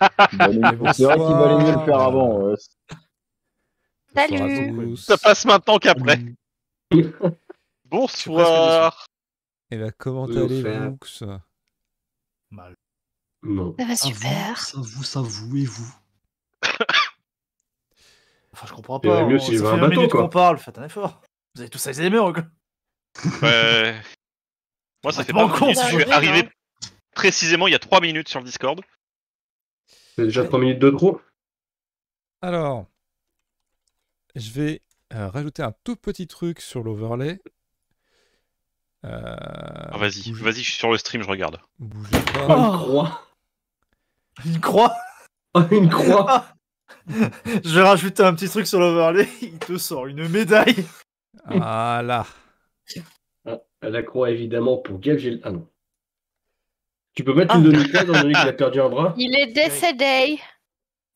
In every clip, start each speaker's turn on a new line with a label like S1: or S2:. S1: Bon, c'est vrai qu'il valait mieux le faire avant. euh,
S2: Salut
S3: Ça passe maintenant qu'après.
S4: Après. Hum.
S3: Bonsoir.
S4: Et là, comment
S5: Oui, au fait.
S4: allez-vous
S6: Mal.
S5: Non.
S2: Ça va
S6: Ça vous,
S2: super
S6: Ça vous, ça vous et vous. enfin, je comprends
S5: Il
S6: pas.
S5: vaut mieux
S6: on-
S5: s'il y
S6: ça
S5: avait
S6: fait
S5: un
S6: 20
S5: bateau,
S6: minutes
S5: quoi.
S6: qu'on parle, faites un effort. Vous avez tous ça, les meurs, quoi.
S3: Ouais.
S4: Ah,
S3: Moi, ça fait pas
S6: Complètement
S3: longtemps.
S6: con,
S3: Je
S2: ça,
S3: suis
S2: ouais,
S3: arrivé
S2: hein.
S3: précisément il y a 3 minutes sur le Discord.
S5: C'est déjà 3 minutes de trop.
S4: Alors, je vais euh, rajouter un tout petit truc sur l'overlay. Euh,
S3: Ah, vas-y,
S4: bougez,
S3: vas-y, je suis sur le stream, je regarde.
S4: bougez
S5: Oh,
S4: pas.
S6: Oh.
S5: une croix.
S6: Une croix
S5: Oh, une croix.
S6: Je vais rajouter un petit truc sur l'overlay, il te sort une médaille.
S4: Ah là.
S5: La croix, évidemment, pour Gav Gil- Ah non. Tu peux mettre une demi-croix dans le qu'il a perdu un bras
S2: Il est décédé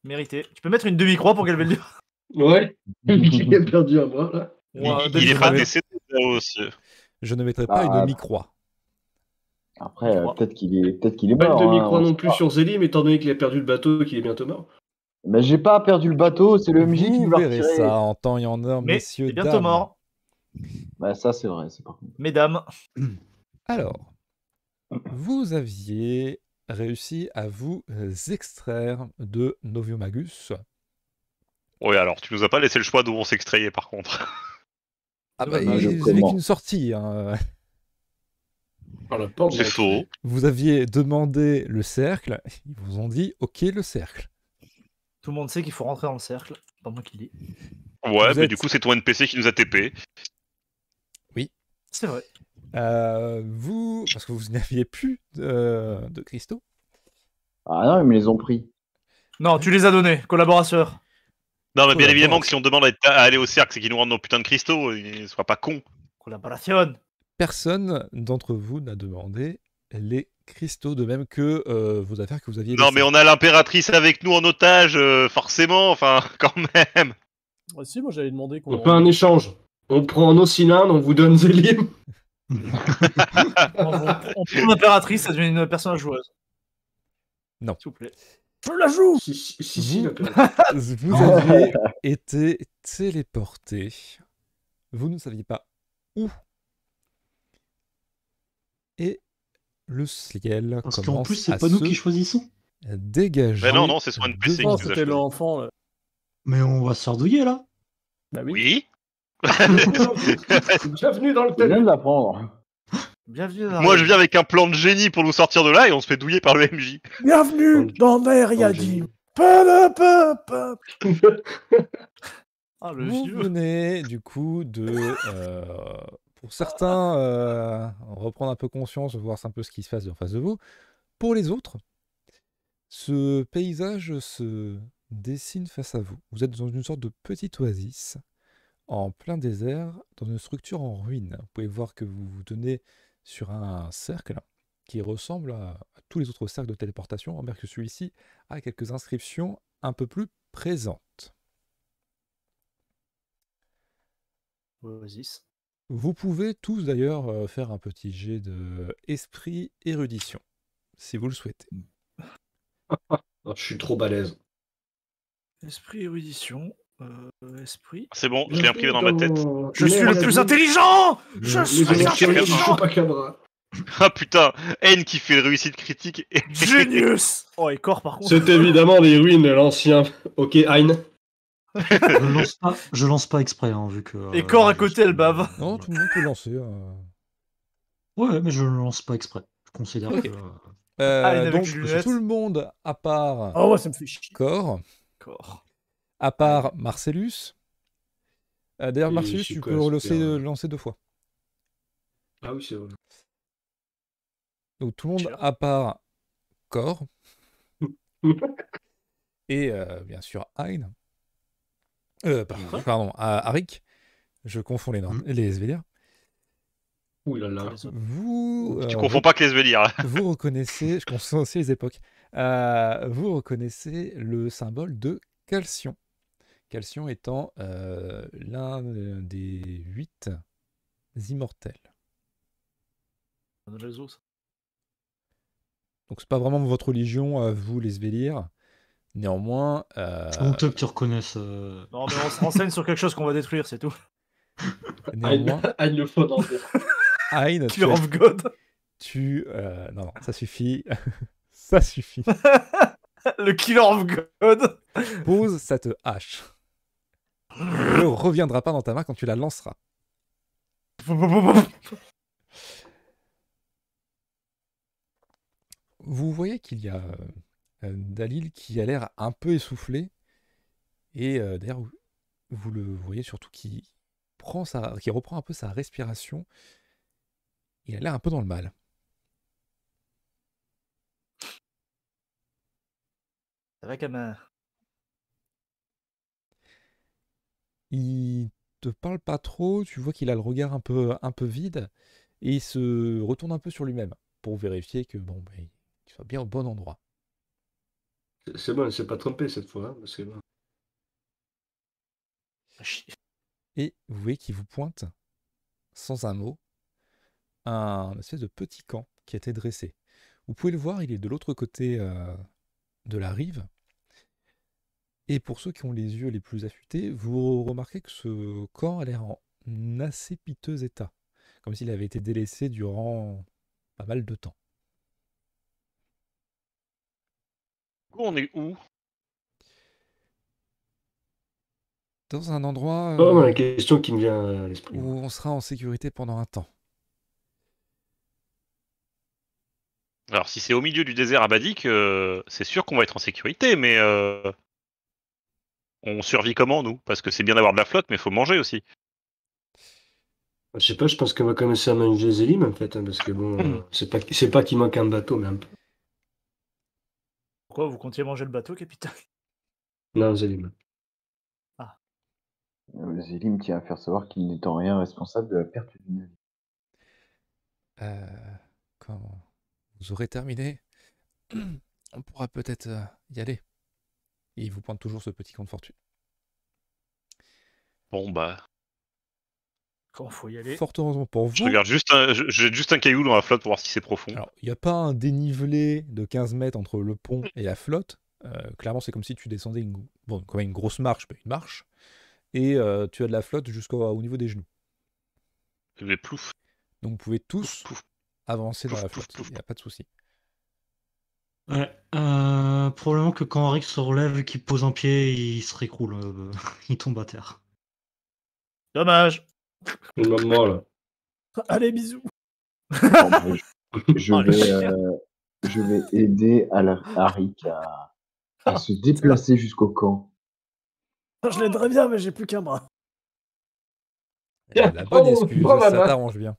S6: Mérité. Tu peux mettre une demi-croix pour qu'elle veuille dire
S5: Ouais. il a perdu un bras, là.
S3: Il,
S6: Ouah,
S3: il-
S6: demi-
S3: il est pas
S4: Ouais.
S3: décédé là aussi.
S4: Je ne mettrai pas
S1: Ah,
S4: une
S1: bah.
S4: micro.
S1: Après, euh, peut-être qu'il est, peut-être qu'il est
S5: Oh, Pas
S1: mort.
S5: de
S1: hein,
S5: demi-croix
S1: on
S5: non
S1: sait
S5: plus
S1: pas.
S5: sur Zélie, mais étant donné qu'il a perdu le bateau et qu'il est bientôt mort.
S1: Mais j'ai pas perdu le bateau, c'est le MJ qui
S4: Vous
S1: va
S4: verrez
S1: retirer.
S4: ça
S1: Ça.
S4: en temps et en heure,
S6: Mais
S4: messieurs,
S6: t'es bientôt
S4: dames.
S6: mort,
S1: Bah, ça c'est vrai, c'est pas. con.
S6: mesdames.
S4: Alors, vous aviez réussi à vous euh, extraire de Noviomagus.
S3: Ouais, alors, tu nous as pas laissé le choix d'où on s'extrayait par contre.
S4: Ah bah,
S1: bah, je
S4: vous n'avez
S1: commence.
S4: qu'une sortie. hein.
S5: Par la porte.
S3: C'est faux.
S4: Vous aviez demandé le cercle. Ils vous ont dit, ok, le cercle.
S6: Tout le monde sait qu'il faut rentrer dans le cercle, pas moi qui le dis.
S3: Ouais,
S4: Vous
S3: mais
S4: êtes-
S3: du coup, c'est ton NPC qui nous a TP.
S6: C'est vrai.
S4: Euh, vous, parce que vous n'aviez plus euh, de, de cristaux.
S1: Ah non, ils me les ont pris.
S6: Non, tu les as donnés, collaborateur.
S3: Non, mais bien
S4: Oh, la
S3: évidemment
S4: vache.
S3: que si on demande à, être- à aller au cercle, c'est qu'ils nous rendent nos putains de cristaux. Ils soient pas cons.
S6: Collaboration.
S4: Personne d'entre vous n'a demandé les cristaux, de même que euh, vos affaires que vous aviez.
S3: Non,
S4: laissées.
S3: mais on a l'impératrice avec nous en otage, euh, forcément, enfin, quand même.
S7: Ouais, Bah, si, moi j'avais demandé qu'on.
S5: On fait un échange. On prend nos cylindres, on vous donne Zélie.
S6: On, on- on prend une impératrice, ça devient une personnage joueuse.
S4: Non.
S6: S'il vous plaît.
S7: Je la joue
S5: Si, si, si, si,
S4: Vous-
S5: la période.
S4: Vous aviez été téléporté. Vous ne saviez pas où. Et le ciel
S8: Parce
S4: commence
S8: qu'en plus, c'est
S4: à
S8: pas nous
S4: se
S8: qui choisissons.
S4: dégager.
S3: Mais non, non, c'est son NPC qui
S7: Non,
S3: nous a
S7: c'était
S3: choisi.
S7: l'enfant. là.
S8: Mais on va se faire douiller là.
S7: Bah oui.
S3: Oui.
S5: Bienvenue dans le
S1: Je viens
S5: thème.
S1: de l'apprendre.
S6: Bienvenue dans la
S3: Moi,
S6: rue.
S3: je viens avec un plan de génie pour nous sortir de là et on se fait douiller par le MJ.
S7: Bienvenue dans
S5: Oh,
S7: Meriadim. Pa, la, pa, pa.
S6: Ah, le
S4: Vous
S6: vieux.
S4: venez du coup de, euh, pour certains, euh, reprendre un peu conscience, voir un peu ce qui se passe en face de vous. Pour les autres, ce paysage se dessine face à vous. Vous êtes dans une sorte de petite oasis, en plein désert, dans une structure en ruine. Vous pouvez voir que vous vous tenez sur un cercle qui ressemble à, à tous les autres cercles de téléportation, remarque que celui-ci a quelques inscriptions un peu plus présentes.
S6: Oasis.
S4: Vous pouvez tous d'ailleurs euh, faire un petit jet de esprit érudition, si vous le souhaitez.
S5: Oh, je suis trop balèze.
S6: Esprit érudition. euh, esprit.
S3: C'est bon, je l'ai imprimé dans ma tête.
S6: Je suis le plus
S5: intelligent.
S6: intelligent Je
S5: Je suis
S6: suis intelligent
S5: chupacabra.
S3: Ah putain, N qui fait le réussite critique et
S6: Genius Oh, et corps par contre.
S5: C'est évidemment les ruines de l'ancien. Ok, Hein.
S8: Je lance pas, je lance pas exprès, hein, vu que.
S6: Et
S8: euh,
S6: corps à
S8: je-
S6: côté, elle bave.
S4: Non, tout le monde peut lancer. euh.
S8: Ouais, mais je le lance pas exprès. Je considère
S4: Ok.
S8: que.
S4: Euh,
S6: Ah, il avait
S4: donc,
S6: plus de lunettes.
S4: tout le monde, à part
S7: Ah ouais, ça me fait chier.
S4: Cor,
S6: Corps.
S4: à part Marcellus. Euh, d'ailleurs,
S5: Et
S4: Marcellus,
S5: c'est
S4: tu
S5: quoi,
S4: peux
S5: c'est
S4: lancer,
S5: un-
S4: lancer deux fois.
S5: Ah oui, c'est vrai.
S4: Donc, tout le monde,
S6: Sure.
S4: à part Cor. et euh, bien sûr, Hein. Euh, par-
S6: Quoi
S4: pardon, à- Arik. Je confonds les, normes, les Svelir.
S5: Ouh là là.
S4: Vous.
S3: tu
S4: euh,
S3: confonds pas que les Svelir.
S4: vous reconnaissez, je confonds aussi les époques, Euh, vous reconnaissez le symbole de Calcion. Calcion étant euh, l'un euh, des huit immortels.
S6: Un réseau, ça.
S4: Donc c'est pas vraiment votre religion, euh, vous les Vélirs. Néanmoins, euh,
S8: C'est honteux que tu reconnaisses. euh,
S6: Non, mais on se renseigne sur quelque chose qu'on va détruire, c'est tout.
S4: néanmoins,
S5: Aïe le fond dans
S4: Aïn, tu, euh,
S6: Fear of God,
S4: tu- euh, non, non, ça suffit, ça suffit.
S6: le Killer of God.
S4: Pose cette hache. Elle Ne reviendra pas dans ta main quand tu la lanceras. Vous voyez qu'il y a euh, euh, Dalil qui a l'air un peu essoufflé. Et euh, d'ailleurs, vous, vous le voyez surtout qui, prend sa, qui reprend un peu sa respiration. Il a l'air un peu dans le mal.
S6: Ça va, gamin
S4: Il te parle pas trop, tu vois qu'il a le regard un peu, un peu vide, et il se retourne un peu sur lui-même pour vérifier que bon, ben, il soit bien au bon endroit.
S5: C'est bon, elle s'est pas trompée cette fois. hein, parce que-
S4: Et vous voyez qu'il vous pointe, sans un mot, un espèce de petit camp qui a été dressé. Vous pouvez le voir, il est de l'autre côté euh, de la rive. Et pour ceux qui ont les yeux les plus affûtés, vous remarquez que ce camp a l'air en assez piteux état, comme s'il avait été délaissé durant pas mal de temps.
S3: Du coup, on est où
S4: dans un endroit
S5: Oh,
S4: euh,
S5: la question qui me vient à l'esprit.
S4: où on sera en sécurité pendant un temps.
S3: Alors, si c'est au milieu du désert abadik, euh, c'est sûr qu'on va être en sécurité, mais euh, on survit comment, nous Parce que c'est bien d'avoir de la flotte, mais faut manger aussi.
S5: Je sais pas, je pense qu'on va commencer à manger des élimes en fait, hein, parce que bon, euh, c'est pas, c'est pas qu'il manque un bateau, mais un peu.
S6: Pourquoi vous comptiez manger le bateau, capitaine
S5: Non, des élimes.
S1: Euh, Zélim qui a fait savoir qu'il n'est en rien responsable de la perte du navire.
S4: Euh, quand vous aurez terminé, on pourra peut-être euh, y aller. Et il vous pointe toujours ce petit compte fortune.
S3: Bon, bah,
S6: Quand faut y aller.
S4: Fort heureusement pour
S3: je
S4: vous.
S3: regarde juste un, je- j'ai juste un caillou dans la flotte pour voir si c'est profond.
S4: Alors, il n'y a pas un dénivelé de 15 mètres entre le pont et la flotte. Euh, clairement, c'est comme si tu descendais une, bon, quand même une grosse marche, mais une marche. Et euh, tu as de la flotte jusqu'au au niveau des genoux.
S3: Mais plouf,
S4: Donc, vous pouvez tous
S3: plouf, plouf.
S4: avancer dans
S3: Pouf,
S4: la
S3: pouf,
S4: flotte.
S3: pouf.
S4: Il n'y a pas de souci.
S8: Ouais. Euh, probablement que quand Rick se relève et qu'il pose un pied, il se récroule. euh, il tombe à terre.
S6: Dommage.
S5: Le moment, là.
S7: Allez, bisous.
S1: Bon, bah, je, je
S6: Oh, le
S1: vais, euh, je vais aider à la- à Rick à, à se déplacer jusqu'au camp.
S7: Je l'aiderais bien, mais j'ai plus qu'un bras.
S4: Euh, La bonne
S5: Oh,
S4: excuse,
S5: bravo,
S4: ça
S6: hein.
S5: Abba.
S4: t'arrange bien.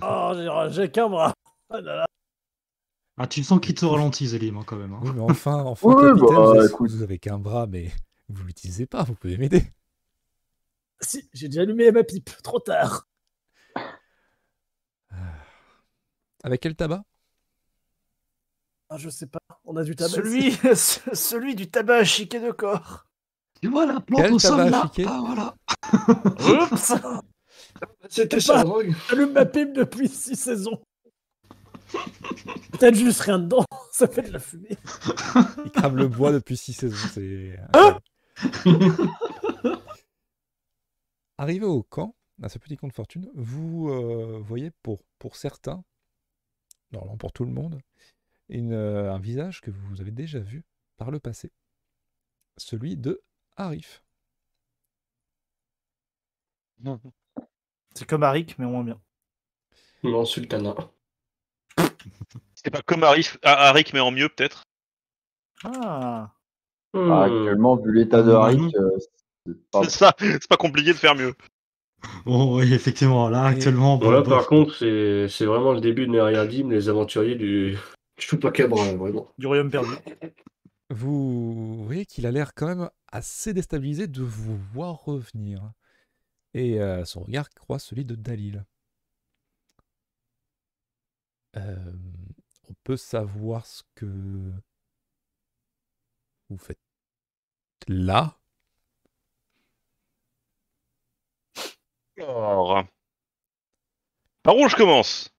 S7: Oh, j'ai- j'ai qu'un bras. Oh là là.
S8: Ah, tu sens qu'il te ralentit, Zélim, hein, quand même. hein.
S4: Oui, mais enfin, enfin,
S1: Ouais,
S4: capitaine,
S1: bah,
S4: vous, avez-
S1: écoute.
S4: vous avez qu'un bras, mais vous l'utilisez pas, vous pouvez m'aider.
S7: Si, j'ai déjà allumé ma pipe. Trop tard.
S4: Avec quel tabac
S7: Ah, je sais pas. On a du tabac.
S6: Celui, ce- celui du tabac chiqué de corps.
S8: Tu vois la plante
S4: Quel
S8: au sol
S4: tabac
S8: là
S4: chiqué
S8: Ah voilà
S6: Oups.
S5: C'était
S7: ça, la
S5: drogue.
S7: J'allume ma pipe depuis six saisons. Peut-être juste rien dedans. Ça fait de la fumée.
S4: Il crame le bois depuis six saisons, c'est... Arrivé au camp, à ce petit camp de fortune, vous euh, voyez pour, pour certains, normalement pour tout le monde, une, euh, un visage que vous avez déjà vu par le passé. Celui de Arif.
S6: C'est comme Arik, mais au moins bien.
S5: Mais en sultanat.
S3: C'était pas comme Arif, Ah, Arik, mais en mieux, peut-être
S6: Ah.
S5: Hmm.
S1: Ah, actuellement, vu l'état de Rick, euh, c'est pas
S3: C'est ça, c'est pas compliqué de faire mieux.
S8: Bon, oui, effectivement, là, actuellement...
S5: Voilà,
S8: bon,
S5: par
S8: bon,
S5: contre, c'est c'est vraiment le début de Neriadim, les aventuriers du Chupacabra, vraiment.
S6: Du royaume perdu.
S4: Vous voyez qu'il a l'air quand même assez déstabilisé de vous voir revenir. Et euh, son regard croise celui de Dalil. Euh, on peut savoir ce que vous faites là
S3: Alors, par où je commence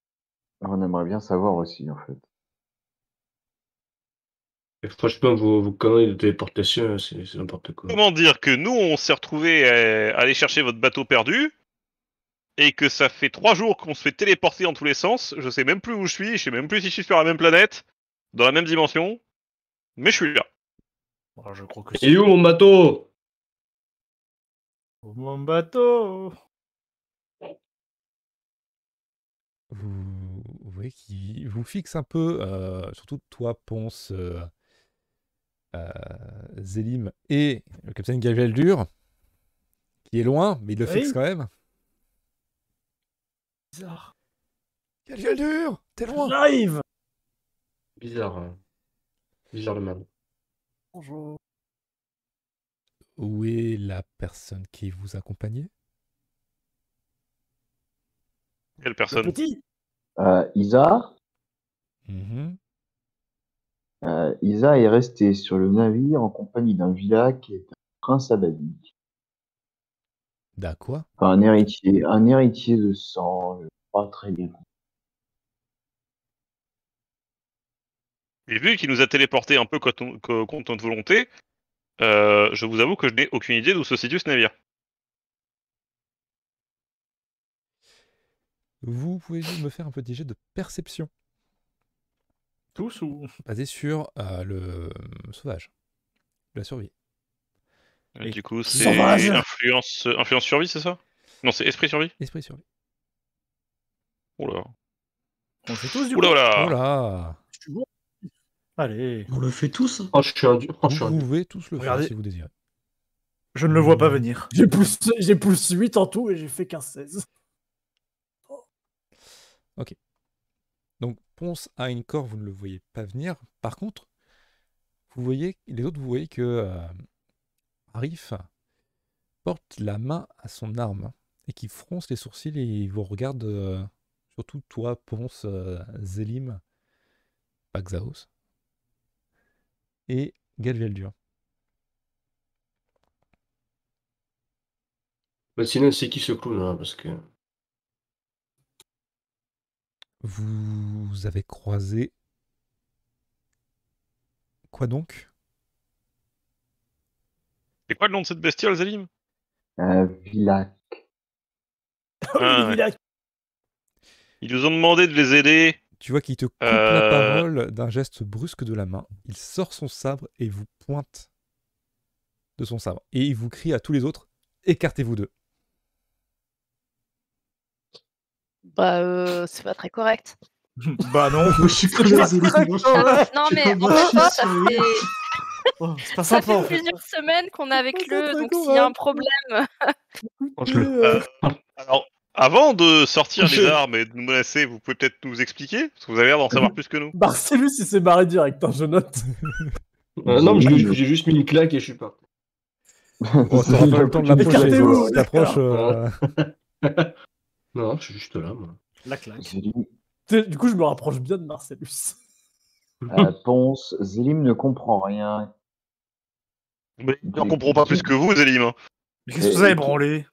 S1: On aimerait bien savoir aussi, en fait.
S5: Et franchement, vos, vos conneries de téléportation, c'est c'est n'importe quoi.
S3: Comment dire que nous, on s'est retrouvés euh, à aller chercher votre bateau perdu et que ça fait trois jours qu'on se fait téléporter dans tous les sens. Je sais même plus où je suis, je sais même plus si je suis sur la même planète, dans la même dimension, mais je suis là.
S6: Bon, Oh, je crois que
S5: Il est où mon bateau
S6: Mon bateau
S4: vous, vous voyez qu'il vous fixe un peu, euh, surtout toi, Ponce, euh, euh, Zélim et le capitaine Gaveldur, qui est loin, mais il le
S6: Oui.
S4: fixe quand même.
S6: Bizarre.
S4: Gaveldur, t'es loin
S7: J'arrive
S5: Bizarre. hein. Bizarre le man.
S7: Bonjour.
S4: Où est la personne qui vous accompagnait
S3: Quelle
S7: Le
S3: personne
S7: petit
S1: Euh, Isa,
S5: Mm-hmm.
S4: Mhm.
S1: euh, Isa est restée sur le navire en compagnie d'un villa qui est un prince abadique.
S4: D'à Bah quoi
S1: Enfin, un héritier, un héritier de sang, je crois pas très bien.
S3: Et vu qu'il nous a téléporté un peu contre, co- contre notre volonté, euh, je vous avoue que je n'ai aucune idée d'où se situe ce navire.
S4: Vous pouvez juste me faire un petit jet de perception,
S6: Tous ou
S4: basé sur euh, le euh, sauvage, la survie.
S3: Et du coup, c'est
S7: sauvage
S3: influence, influence survie, c'est ça Non, c'est esprit survie
S4: Esprit survie.
S3: Oh là
S6: On le fait tous du
S3: Ouh là
S5: Ah.
S4: Oh
S3: là
S4: là
S6: coup Je suis bon. Allez.
S8: On le fait tous
S5: Oh, je suis un dieu. Oh, je suis un
S4: Vous
S5: dieu.
S4: pouvez tous le faire
S6: Regardez.
S4: si vous désirez.
S6: Je ne le vois pas venir.
S7: J'ai plus, j'ai plus 8 en tout et j'ai fait 15-16.
S4: Donc Ponce à une corps, vous ne le voyez pas venir. Par contre, vous voyez, les autres, vous voyez que euh, Arif porte la main à son arme et qui fronce les sourcils et il vous regarde, euh, surtout toi, Ponce, euh, Zélim, pas Xaos, et Galveldur.
S5: Mais sinon, c'est qui ce clown là Parce que.
S4: Vous avez croisé. Quoi donc
S3: C'est quoi le nom de cette bestiole, Zélim
S1: Un Euh, villa.
S3: Ah,
S7: Il a-
S3: Ils nous ont demandé de les aider.
S4: Tu vois qu'il te coupe la
S3: Euh.
S4: parole d'un geste brusque de la main. Il sort son sabre et vous pointe de son sabre. Et il vous crie à tous les autres Écartez-vous d'eux.
S2: Bah, euh, c'est pas très correct.
S6: bah non.
S8: Moi, je suis comme les autres.
S2: non,
S8: je
S2: mais
S8: sais pas,
S2: en
S8: moi,
S2: soi,
S8: je
S2: ça
S8: suis
S2: fait,
S6: Oh, c'est pas
S2: ça
S6: sympa en
S2: fait
S6: fait.
S2: plusieurs semaines qu'on est avec
S7: C'est pas
S2: le,
S7: très
S2: donc s'il y a un problème,
S1: Euh,
S3: Alors, avant de sortir les armes et de nous menacer, vous pouvez peut-être nous expliquer Parce que vous avez l'air d'en savoir plus que nous.
S7: Marcellus, il s'est barré direct, hein, je note.
S5: Euh, non, mais je- j'ai juste mis une claque et je suis parti.
S4: Oh, t'auras pas le temps de l'approcher.
S7: Écartez-vous,
S4: Si t'approches, euh,
S5: Non, je suis juste là, moi.
S6: La claque.
S1: Zélim,
S7: Tu sais, Du coup, je me rapproche bien de Marcellus.
S1: euh, Ponce, Zélim ne comprend rien.
S3: Mais on comprend pas plus que vous, Zélim. hein.
S6: Mais Qu'est-ce que vous avez branlé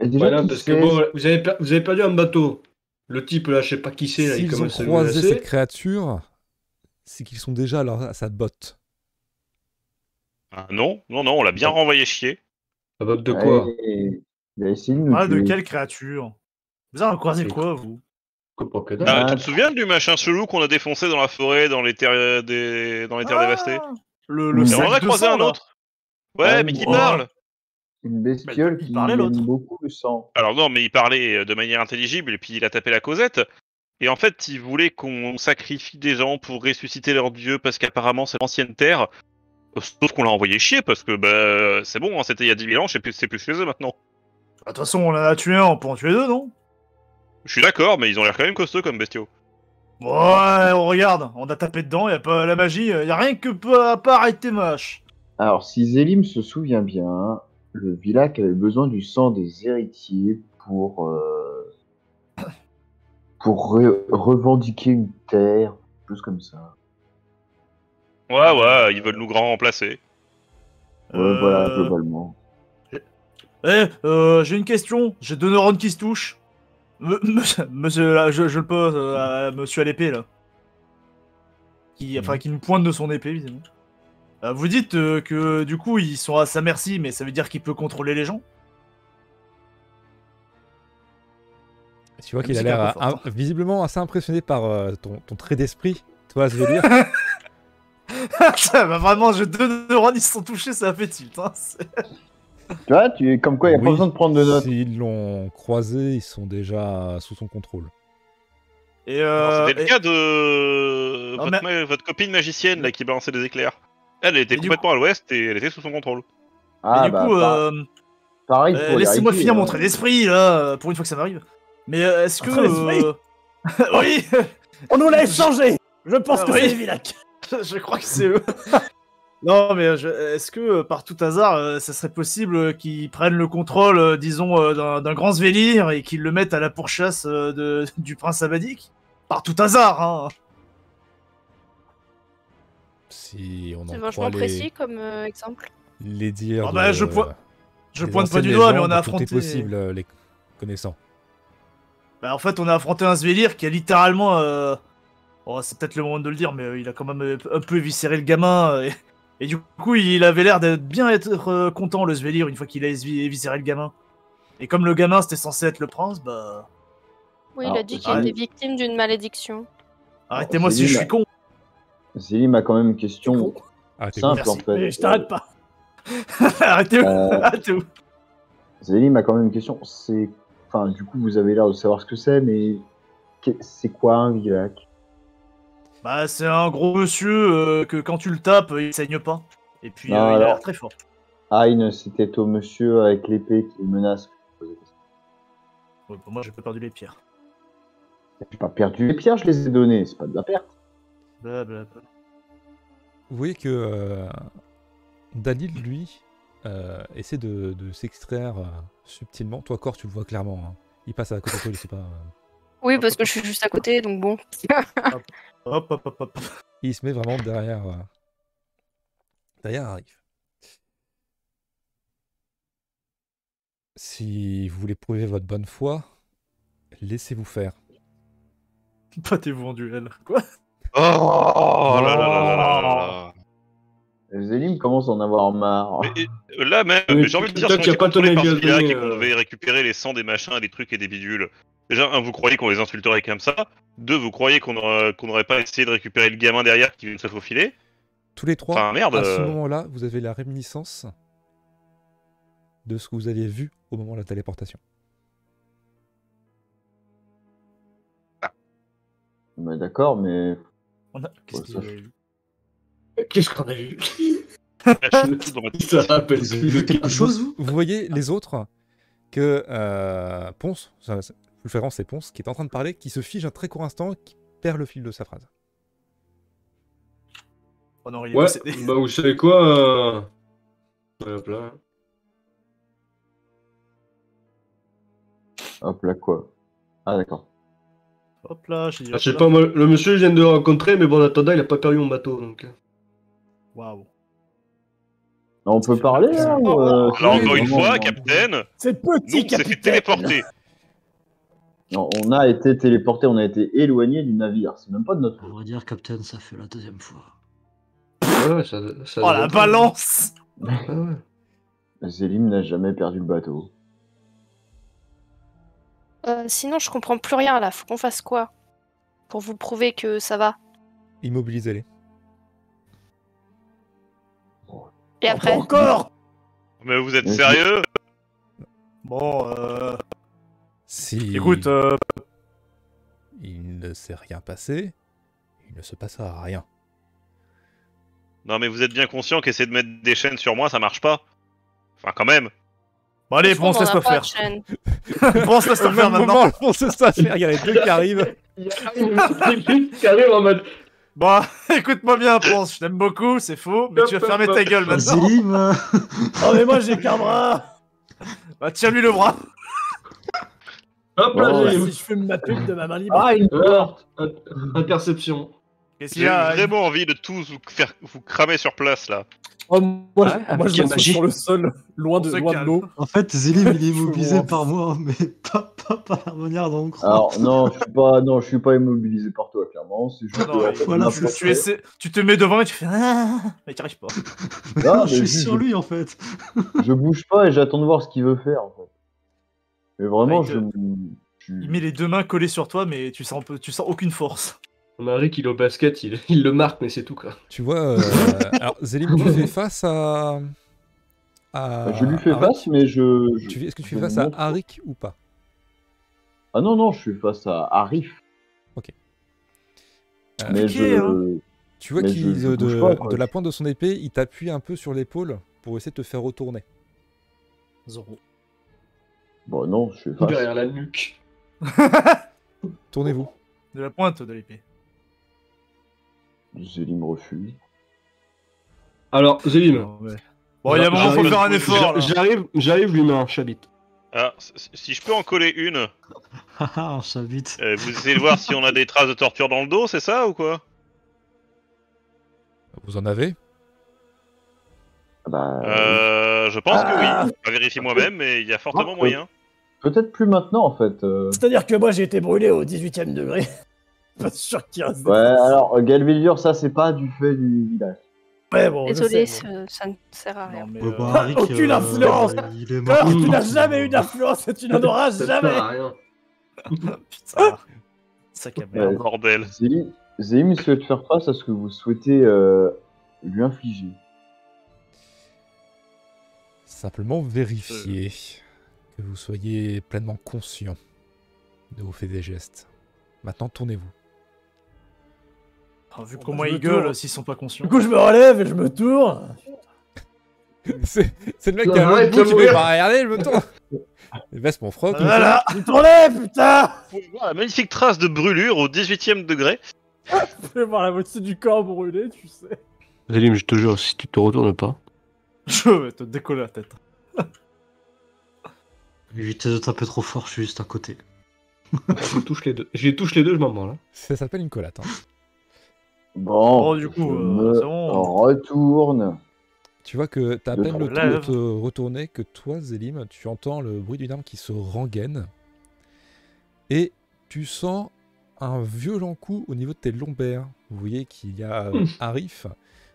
S1: Et déjà,
S5: Voilà,
S1: qui
S5: parce que
S1: sait-
S5: bon, vous avez, per- vous avez perdu un bateau. Le type là, je sais pas qui c'est, là, il
S4: s'ils ont
S5: commence à nous
S4: croisé
S5: menacer.
S4: cette créature, c'est qu'ils sont déjà à, leur- à sa botte.
S3: Ah, non, non, non, on l'a bien renvoyé chier.
S5: À base de quoi
S1: Euh, Ouais, Il a essayé de nous
S6: Ah, de
S1: tuer.
S6: quelle créature Vous avez croisé quoi, vous
S5: Quoi, pas que
S3: Ah,
S5: dalle.
S3: tu te souviens du machin chelou qu'on a défoncé dans la forêt, dans les terres, euh, des... dans les terres
S6: Ah,
S3: dévastées
S6: Le, le
S1: Mais
S3: Et on
S6: sac
S3: en a
S6: de
S3: croisé
S6: sang,
S3: un
S6: là.
S3: autre Ouais,
S1: Ouais,
S3: mais qui
S6: ouais.
S3: parle
S1: Une bestiole
S6: Bah, il
S1: qui
S6: parlait, l'autre.
S1: aime beaucoup le sang.
S3: Alors non, mais il parlait euh, de manière intelligible, et puis il a tapé la causette. Et en fait, il voulait qu'on sacrifie des gens pour ressusciter leur dieu, parce qu'apparemment c'est l'ancienne terre. Euh, Sauf qu'on l'a envoyé chier, parce que bah, euh, c'est bon, hein, c'était il y a 10 000 ans, je sais plus- c'est plus chez eux maintenant.
S6: Bah, De toute façon, on en a tué un, on peut en tuer deux, non
S3: Je suis d'accord, mais ils ont l'air quand même costauds comme bestiaux.
S6: Ouais, on regarde, on a tapé dedans, y a pas la magie, y a rien que pas, pas arrêter ma hache.
S1: Alors, si Zélim se souvient bien, le Vilac avait besoin du sang des héritiers pour, euh, pour re- revendiquer une terre, quelque chose comme ça.
S3: Ouais, ouais, ils veulent nous grand remplacer.
S1: Ouais,
S6: Euh,
S1: Voilà, globalement.
S6: Eh, euh, j'ai une question, j'ai deux neurones qui se touchent. Me- me- monsieur, là, je, je le pose euh, à monsieur à l'épée, là. Qui, enfin, qui nous pointe de son épée, évidemment. Euh, vous dites euh, que du coup ils sont à sa merci, mais ça veut dire qu'il peut contrôler les gens
S4: Tu vois
S6: Même
S4: qu'il a
S6: si
S4: l'air
S6: t'as un peu
S4: euh,
S6: fort,
S4: im- visiblement assez impressionné par euh, ton, ton trait d'esprit. Toi, je veux dire.
S6: Ça va vraiment, j'ai deux neurones, ils se sont touchés, ça a fait tilt. hein, c'est-
S1: Tu vois, tu, comme quoi, il n'y a pas
S4: Oui,
S1: besoin de prendre de notes.
S4: S'ils l'ont croisé, ils sont déjà sous son contrôle.
S6: Et,
S3: Alors,
S6: euh,
S3: C'était
S6: et-
S3: le cas de
S6: Non,
S3: votre, ma- votre copine magicienne là qui balançait des éclairs. Elle était
S6: Et du
S3: complètement à l'ouest et elle était sous son contrôle.
S1: Ah,
S6: et du
S1: bah,
S6: coup,
S1: par-
S6: euh,
S1: pareil.
S6: euh,
S1: pour les
S6: laissez-moi
S1: Haïti,
S6: finir mon
S1: hein.
S6: trait d'esprit, là, pour une fois que ça m'arrive. Mais euh, est-ce que...
S7: Un trait d'esprit
S6: euh, oui
S7: On nous l'a échangé Je pense
S6: Ah
S7: que
S6: oui.
S7: c'est les Vilac.
S6: Je je crois que c'est eux. non, mais je- est-ce que euh, par tout hasard, euh, ça serait possible euh, qu'ils prennent le contrôle, euh, disons, euh, d'un d'un grand Svelir et qu'ils le mettent à la pourchasse euh, de- du prince Abadik Par tout hasard, hein
S4: Si on
S2: C'est
S4: en
S2: vachement
S4: croit
S2: précis
S4: les,
S2: comme euh, exemple.
S4: les dires.
S6: Ah bah,
S4: de-
S6: je pointe- Je
S4: des
S6: pointe pas du
S4: anciennes
S6: doigt, mais on a
S4: légendes,
S6: affronté.
S4: Tout est possible, euh, les connaissants.
S6: Bah, en fait, on a affronté un Svelir qui a littéralement. euh, oh, c'est peut-être le moment de le dire, mais euh, il a quand même euh, un peu viscéré le gamin. euh, et... et du coup, il avait l'air d'être bien être euh, content, le Svelir, une fois qu'il a évi- éviscéré le gamin. Et comme le gamin c'était censé être le prince, bah.
S2: Oui,
S1: Alors,
S2: il a dit qu'il
S1: ah,
S2: était victime d'une malédiction.
S6: Arrêtez-moi
S1: c'est
S6: si je
S1: nul.
S6: suis con.
S1: Zélim a quand même une question
S4: Ah, t'es
S1: simple
S6: Merci.
S1: en
S7: Mais
S1: fait.
S7: je t'arrête pas.
S6: Arrêtez-vous.
S1: Euh,
S6: Arrêtez-vous.
S1: Zélim a quand même une question. C'est, enfin, du coup, vous avez l'air de savoir ce que c'est, mais qu'est- c'est quoi un vilac
S6: Bah, c'est un gros monsieur euh, que quand tu le tapes, il saigne pas. Et puis,
S1: Non,
S6: euh, il a l'air
S1: alors.
S6: très fort.
S1: Ayn, c'était au monsieur avec l'épée qui menace.
S6: Ouais, pour moi, j'ai pas perdu les pierres.
S1: J'ai pas perdu les pierres, je les ai données. C'est pas de la perte.
S6: Blablabla.
S4: Vous voyez que euh, Dalil, lui, euh, essaie de, de s'extraire euh, subtilement. Toi, Cor, tu le vois clairement. hein. Il passe à côté de toi, il sait pas. euh.
S2: Oui, parce que je suis juste à côté, donc bon.
S6: Hop, hop, hop, hop.
S4: Il se met vraiment derrière. euh, Derrière arrive. Si vous voulez prouver votre bonne foi, laissez-vous faire.
S6: Battez-vous en duel. Quoi
S3: Oh, là là là
S6: oh.
S3: là là là.
S1: Zélim commence à en avoir marre.
S3: Mais, euh, Là même,
S5: Mais
S3: j'ai envie de dire
S5: Ah. toi
S3: si on
S5: qui as
S3: était
S5: pas ton
S3: contrôlé par
S5: avis à
S3: ce Vilac
S5: donner,
S3: et qu'on
S5: euh.
S3: devait récupérer les sangs des machins, des trucs et des bidules. Déjà, un, vous croyez qu'on les insulterait comme ça. Deux, vous croyez qu'on aura- qu'on n'aurait pas essayé de récupérer le gamin derrière qui vient de se faufiler.
S4: Tous les trois,
S3: Enfin
S6: Ah bah.
S3: merde.
S4: à ce
S3: euh,
S4: moment-là, vous avez la réminiscence de ce que vous aviez vu au moment de la téléportation.
S1: Mais d'accord, mais
S6: On a- Qu'est-ce
S1: Ouais,
S6: qu'il
S1: ça,
S6: y a eu
S5: Qu'est-ce qu'on a vu
S3: je suis tout dans ma-
S5: Ça rappelle
S8: Vous avez
S5: plus
S8: vu
S5: de
S8: quelque
S5: cartes.
S8: chose, vous
S4: Vous
S6: Ah.
S4: voyez les autres que euh, Ponce, ça, ça- plus fréquent, c'est Ponce, qui est en train de parler, qui se fige un très court instant, qui perd le fil de sa phrase.
S6: Oh non, il est
S5: Ouais,
S6: décédé.
S5: bah vous savez quoi euh, Hop là.
S1: hop là quoi. Ah d'accord.
S6: Hop là, j'ai dit.
S5: Ah, Je
S6: hop
S5: sais
S6: là.
S5: pas, moi, le monsieur je viens de le rencontrer, mais bon, en attendant, il a pas perdu mon bateau, donc... hein.
S6: Waouh.
S1: On peut parler là
S6: Oh,
S1: ou, euh,
S3: Alors encore
S1: oui,
S3: une
S1: non,
S3: fois,
S1: non.
S3: Captain,
S7: C'est
S3: nous
S7: petit
S3: on s'est fait
S7: capitaine.
S3: téléporter.
S1: Non, on a été téléporté, on a été éloigné du navire. C'est même pas de notre.
S8: On va dire, Captain, ça fait la deuxième fois.
S5: Ouais, ouais, ça, ça euh,
S6: Oh la balance
S5: Ouais, ouais.
S1: Zélim n'a jamais perdu le bateau.
S2: Euh, sinon, je comprends plus rien là. Faut qu'on fasse quoi Pour vous prouver que ça va.
S4: Immobilisez-les.
S2: Et après
S7: Encore
S3: Mais vous êtes
S1: Mais-
S3: sérieux
S6: Bon, euh,
S4: Si
S6: écoute, euh,
S4: il ne s'est rien passé, il ne se passera rien.
S3: Non mais vous êtes bien conscient qu'essayer de mettre des chaînes sur moi, ça marche pas. Enfin quand même.
S6: bon, allez,
S2: Franchement,
S6: Ponce,
S2: on
S6: laisse-toi
S2: a pas
S6: faire.
S2: de chaîne.
S6: Ponce, laisse-toi faire maintenant.
S4: se faire, il y a les deux qui arrivent.
S5: Il y a une petite qui arrive en mode...
S6: Bon, écoute-moi bien, Ponce, je t'aime beaucoup, c'est faux, mais tu vas fermer ta gueule
S8: Ah,
S6: maintenant.
S8: Zélim euh,
S7: Oh mais moi j'ai qu'un bras
S6: Bah, tire-lui le bras.
S5: Hop
S1: Oh,
S5: là,
S1: ouais.
S5: j'ai-
S7: Si je fume ma pub de ma main libre.
S1: Ah, il
S5: Ah, in- interception.
S6: Qu'est-ce qu'il
S3: J'ai
S6: y a
S3: vraiment envie de tous vous faire vous cramer sur place là.
S7: Oh, moi,
S1: Ah,
S8: Ouais,
S7: moi,
S8: avec
S7: je
S8: la
S7: me suis
S8: magie.
S7: sur le sol, loin de
S6: On se
S7: loin de
S6: calme.
S7: l'eau.
S8: En fait, Zélim, il est immobilisé
S7: Chaud.
S8: par moi, mais pas, pas par la manière dont on croit.
S1: Alors non, je suis pas, non, je suis pas immobilisé par toi, clairement. C'est juste.
S6: Non, non,
S1: que, en
S6: il-
S1: fait,
S8: voilà,
S1: on a
S8: c'est-
S1: pas-
S6: Tu, essaies- tu te mets devant et tu fais. Ah Mais tu arrives pas.
S1: Non,
S8: je
S1: mais
S8: suis
S1: juste,
S8: sur lui, en fait.
S1: Je bouge pas et j'attends de voir ce qu'il veut faire. En fait. Mais vraiment,
S6: Ouais,
S3: euh,
S1: je. je-
S6: Il met les deux mains collées sur toi, mais tu sens, un peu- tu sens aucune force.
S5: On a Rick, il est au basket, il, il le marque, mais c'est tout, quoi.
S4: Tu vois, euh, alors Zélim, tu fais face à. à-
S1: Je lui fais
S4: à-
S1: face, mais je. je-
S4: Ah, Tu fais- Est-ce que tu
S1: je
S4: fais face
S1: me
S4: à
S1: montre-
S4: Arik ou pas
S1: Ah non, non, je suis face à Arif.
S4: Ok.
S1: Mais
S6: Ah, Ok, hein.
S1: je.
S4: Euh, Tu vois
S1: Mais
S4: qu'il,
S1: je- je
S4: euh,
S1: bouge
S4: de,
S1: pas, quoi.
S4: de la pointe de son épée, il t'appuie un peu sur l'épaule pour essayer de te faire retourner.
S6: Zoro.
S1: Bon, non, je suis
S5: Tout
S1: face.
S5: derrière la nuque.
S4: Tournez-vous.
S6: De la pointe de l'épée.
S1: Zélim refuse.
S5: Alors, Zélim.
S6: Non, mais- Ah Bon, il y a un moment, faut
S5: J'arrive-
S6: faire un effort. là.
S5: J'arrive, j'arrive l'humain, Chabit.
S3: Ah, si- si je peux en coller une,
S8: Ah, ah, on s'habite.
S3: euh, vous essayez de voir si on a des traces de torture dans le dos, c'est ça ou quoi
S4: Vous en avez
S1: Ah Bah,
S3: euh, Je pense
S7: Ah.
S3: que oui. Je vais vérifier moi-même, mais il y a fortement
S1: Ah.
S3: moyen.
S1: Peut-être plus maintenant, en fait. euh.
S7: C'est-à-dire que moi, j'ai été brûlé au 18ème degré. Pas sûr qu'il reste.
S1: Ouais, alors, Galvildur, ça, c'est pas du fait du village.
S7: Ouais, bon, je
S2: Désolé,
S7: sais, mais-
S2: ce- ça ne sert à rien.
S6: Non, mais,
S8: Ouais,
S6: euh,
S8: bah,
S7: Ah,
S8: Arik,
S7: aucune
S8: euh,
S7: influence.
S8: il est mort.
S7: Thor, tu n'as jamais eu d'influence et tu n'en auras
S5: Ça
S7: jamais.
S5: sert à rien.
S6: Putain. Sac à merde.
S1: Ouais.
S3: Bordel.
S1: Zélim, Zélim souhaite faire face à ce que vous souhaitez euh, lui infliger.
S4: Simplement vérifier que vous soyez pleinement conscient de vos faits et gestes. Maintenant, tournez-vous.
S6: Enfin, vu
S7: Bon,
S6: comment
S7: bah, je
S6: ils
S7: me tourne.
S6: gueulent, s'ils sont pas conscients.
S7: Du coup, je me relève et je me tourne.
S4: C'est c'est le mec
S5: Non,
S4: qui a le
S5: arrête
S4: bout
S5: de
S4: qui fait
S5: mourir.
S4: bah, regardez, je me tourne. Il baisse mon froc.
S7: Voilà, tu tournais, Eh, putain
S3: Voilà, magnifique trace de brûlure au 18ème degré.
S7: Je vais voir la moitié du corps brûlé, tu sais.
S5: Zélim, je te jure, si tu te retournes pas.
S6: Je vais te décoller la tête.
S8: J'étais un peu trop fort, je suis juste à côté.
S5: je les touche les deux. Je les touche les deux, je m'en branle. hein.
S4: Ça s'appelle une collate. hein.
S1: Bon,
S6: Bon, du coup,
S1: je
S6: euh,
S1: me Oh.
S6: c'est bon.
S1: retourne.
S4: Tu vois que t'as à
S1: De
S4: peine le
S6: ton
S4: temps de
S6: lèvre.
S4: te retourner que toi, Zélim, tu entends le bruit d'une arme qui se rengaine et tu sens un violent coup au niveau de tes lombaires. Vous voyez qu'il y a euh, Arif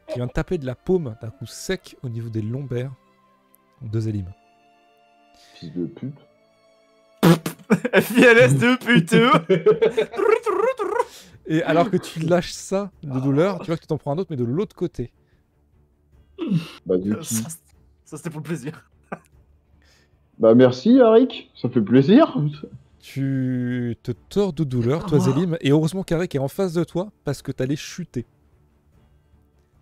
S4: qui vient de taper de la paume d'un coup sec au niveau des lombaires de Zélim.
S1: Fils de pute.
S6: FILS, de PUTE.
S4: Et alors que tu lâches ça de douleur, tu vois que tu t'en prends un autre mais de l'autre côté.
S1: Bah, du qui
S6: Ça, c'est- ça, c'était pour le plaisir.
S1: bah merci, Arik. Ça fait plaisir.
S4: Tu te tords de douleur,
S8: Ah,
S4: toi
S1: Oh.
S8: moi.
S4: Zélim, et heureusement qu'Arek est en face de toi parce que t'allais chuter.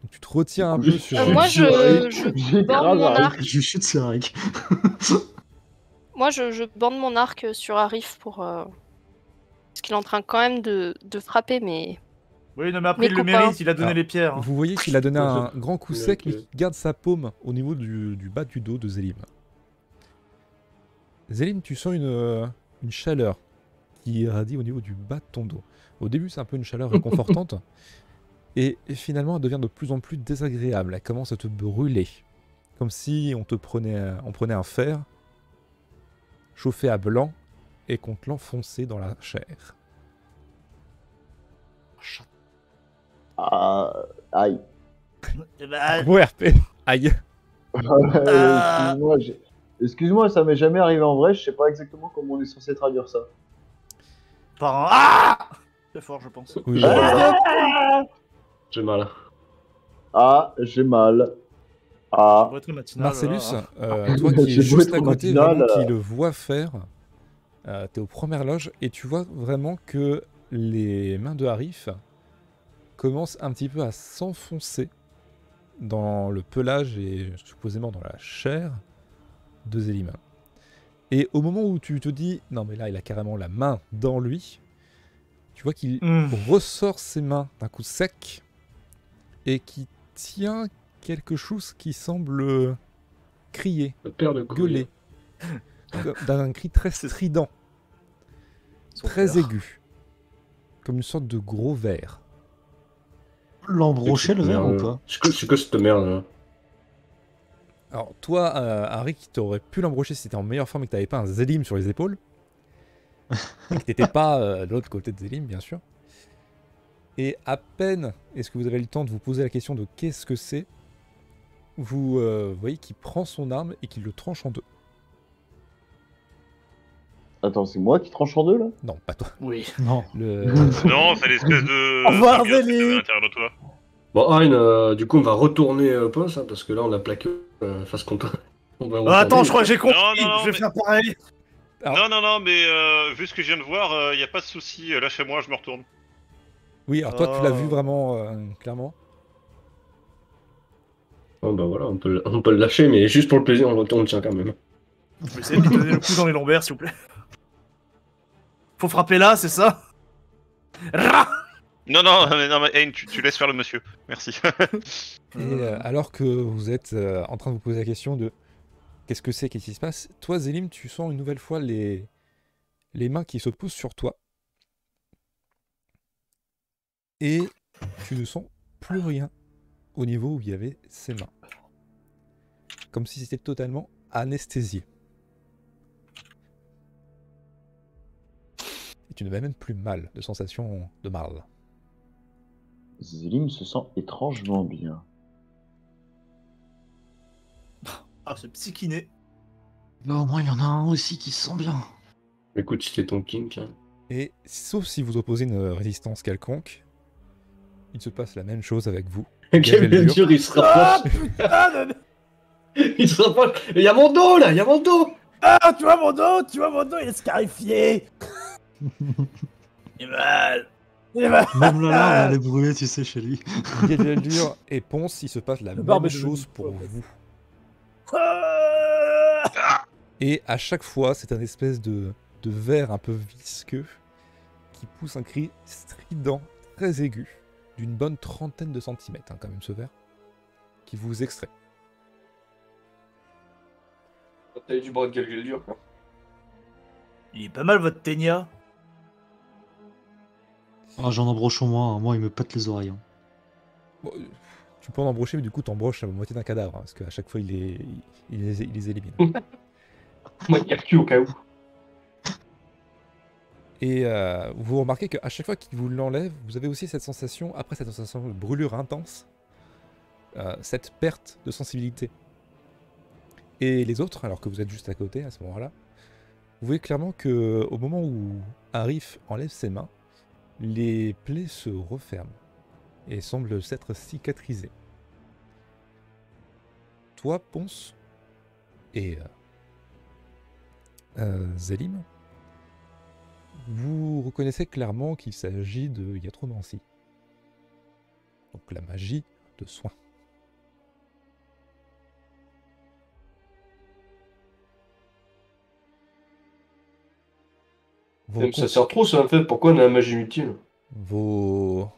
S4: Donc tu te
S6: Ah,
S4: retiens un
S1: Du coup,
S4: peu sur...
S2: Euh, moi, je-
S1: Arik.
S2: je bande
S1: J'écrase
S2: mon
S1: Arik.
S2: arc.
S8: Je chute sur Arik.
S2: Moi, je, je bande mon arc sur Arif pour. euh, Parce qu'il est en train quand même de, de frapper, mais.
S6: Oui, non, mais après,
S2: Mes
S6: il le
S2: copains.
S6: mérite, il a donné
S4: Ah.
S6: les pierres. hein.
S4: Vous voyez qu'il a donné un grand coup
S5: Ouais,
S4: sec,
S5: ok.
S4: mais qu'il garde sa paume au niveau du, du bas du dos de Zélim. Zélim, tu sens une, euh, une chaleur qui irradie au niveau du bas de ton dos. Au début, c'est un peu une chaleur réconfortante, et finalement, elle devient de plus en plus désagréable. Elle commence à te brûler, comme si on te prenait, un- on prenait un fer chauffé à blanc et qu'on te l'enfonçait dans la chair.
S1: Ah, aïe.
S6: Eh ben,
S4: Bon RP, aïe.
S6: Ah.
S1: Euh, Excuse-moi, j'ai- Excuse-moi, ça m'est jamais arrivé en vrai. Je sais pas exactement comment on est censé traduire ça.
S6: par un. Ah C'est fort, je pense.
S4: Oui,
S5: J'ai
S4: voilà.
S5: mal. J'ai mal. hein.
S1: Ah, j'ai mal. Ah.
S6: Pour être matinal,
S4: Marcellus,
S6: voilà.
S4: euh, toi qui es
S1: J'ai beau
S4: juste
S1: être
S4: à
S1: au
S4: côté,
S1: matinal,
S4: vraiment,
S1: euh.
S4: qui le voit faire, euh, t'es aux premières loges et tu vois vraiment que les mains de Harif commencent un petit peu à s'enfoncer dans le pelage et supposément dans la chair de Zélim. Et au moment où tu te dis, non mais là il a carrément la main dans lui, tu vois qu'il
S6: Hmm.
S4: ressort ses mains d'un coup sec et qui tient quelque chose qui semble euh, crier,
S5: Le père de couilles.
S4: gueuler, comme- d'un cri très
S6: C'est-
S4: strident,
S6: Son
S4: très
S6: père.
S4: aigu, comme une sorte de gros verre.
S8: L'embrocher le verre ou
S5: Merde.
S8: pas
S5: C'est que, c'est que cette merde. hein. là.
S4: Alors, toi, euh, Harry, qui t'aurais pu l'embrocher si t'étais en meilleure forme et que t'avais pas un Zélim sur les épaules, et que t'étais pas euh, de l'autre côté de Zélim, bien sûr. Et à peine est-ce que vous avez le temps de vous poser la question de qu'est-ce que c'est, vous euh, voyez qu'il prend son arme et qu'il le tranche en deux.
S1: Attends, c'est moi qui tranche en deux là
S4: Non, pas toi.
S6: Oui.
S8: Non.
S4: Le...
S3: Non, c'est l'espèce de.
S7: Au revoir,
S3: de merde qui
S7: Zélie.
S3: est à l'intérieur de toi.
S5: Bon, Ayn, euh, du coup, on va retourner euh, poste, hein, parce que là, on a plaqué euh, face contre. On va retourner.
S6: Ah, attends, je crois que j'ai compris.
S3: Non, non,
S6: je vais
S3: mais-
S6: faire pareil.
S4: Alors-
S7: Ah.
S3: Non, non, non, mais euh, vu ce que je viens de voir, il n'y a pas de souci. euh, Lâchez-moi, je me retourne.
S4: Oui, alors toi, tu l'as
S6: Oh.
S4: vu vraiment euh, clairement.
S5: Bon, bah voilà, on peut, le- on peut le lâcher, mais juste pour le plaisir, on le retourne, tiens, quand même.
S6: Je vais essayer de lui donner le coup dans les lombaires, s'il vous plaît. Faut frapper là, c'est ça Rah
S3: Non, non, mais, non, mais Ayn, tu, tu laisses faire le monsieur. Merci.
S4: Et euh, alors que vous êtes euh, en train de vous poser la question de qu'est-ce que c'est, qu'est-ce qui se passe, toi, Zélim, tu sens une nouvelle fois les, les mains qui se posent sur toi. Et tu ne sens plus rien au niveau où il y avait ces mains. Comme si c'était totalement anesthésié. Et tu n'avais même plus mal, de sensation de mal.
S1: Zélim se sent étrangement bien.
S6: Ah, c'est psychiné.
S8: Bah, au moins, il y en a un aussi qui se sent bien.
S5: Écoute, si t'es ton kink, hein.
S4: Et sauf si vous opposez une résistance quelconque, il se passe la même chose avec vous.
S5: Quel
S4: le
S5: dur, il se
S7: Ah
S5: rapproche.
S7: putain de-
S5: Il se rapproche. Il y a mon dos, là, il y a mon dos.
S7: Ah, tu vois mon dos, tu vois mon dos, il est scarifié.
S6: Il est mal.
S7: Il va...
S8: Même la larme, elle est brûlée, tu sais, chez lui.
S4: Gageldur et Ponce, il se passe la
S7: Le barbe
S4: même
S7: est devenu
S4: chose pour
S7: pauvre.
S4: vous.
S7: Ah
S4: Et à chaque fois, c'est un espèce de, de verre un peu visqueux qui pousse un cri strident, très aigu, d'une bonne trentaine de centimètres, hein, quand même, ce verre, qui vous extrait.
S5: T'as eu du bras de gueule dur, quoi.
S6: Il est pas mal, votre Ténia.
S8: Ah, j'en embroche au moins, hein. moi, il me pète les oreilles. hein.
S4: Bon, euh, tu peux en embrocher, mais du coup, t'embroches la moitié d'un cadavre, hein, parce qu'à chaque fois, il les, il- il les- il les élimine.
S5: Moi, il y a le cul au cas où.
S4: Et euh, vous remarquez qu'à chaque fois qu'il vous l'enlève, vous avez aussi cette sensation, après cette sensation de brûlure intense, euh, cette perte de sensibilité. Et les autres, alors que vous êtes juste à côté à ce moment-là, vous voyez clairement que au moment où Arif enlève ses mains, les plaies se referment et semblent s'être cicatrisées. Toi, Ponce et euh, euh, Zélim, vous reconnaissez clairement qu'il s'agit de iatromancie. Donc la magie de soins. Vous
S5: Même Ça
S4: recon-
S5: sert trop, ça, en fait. Pourquoi on a un magie utile
S4: vos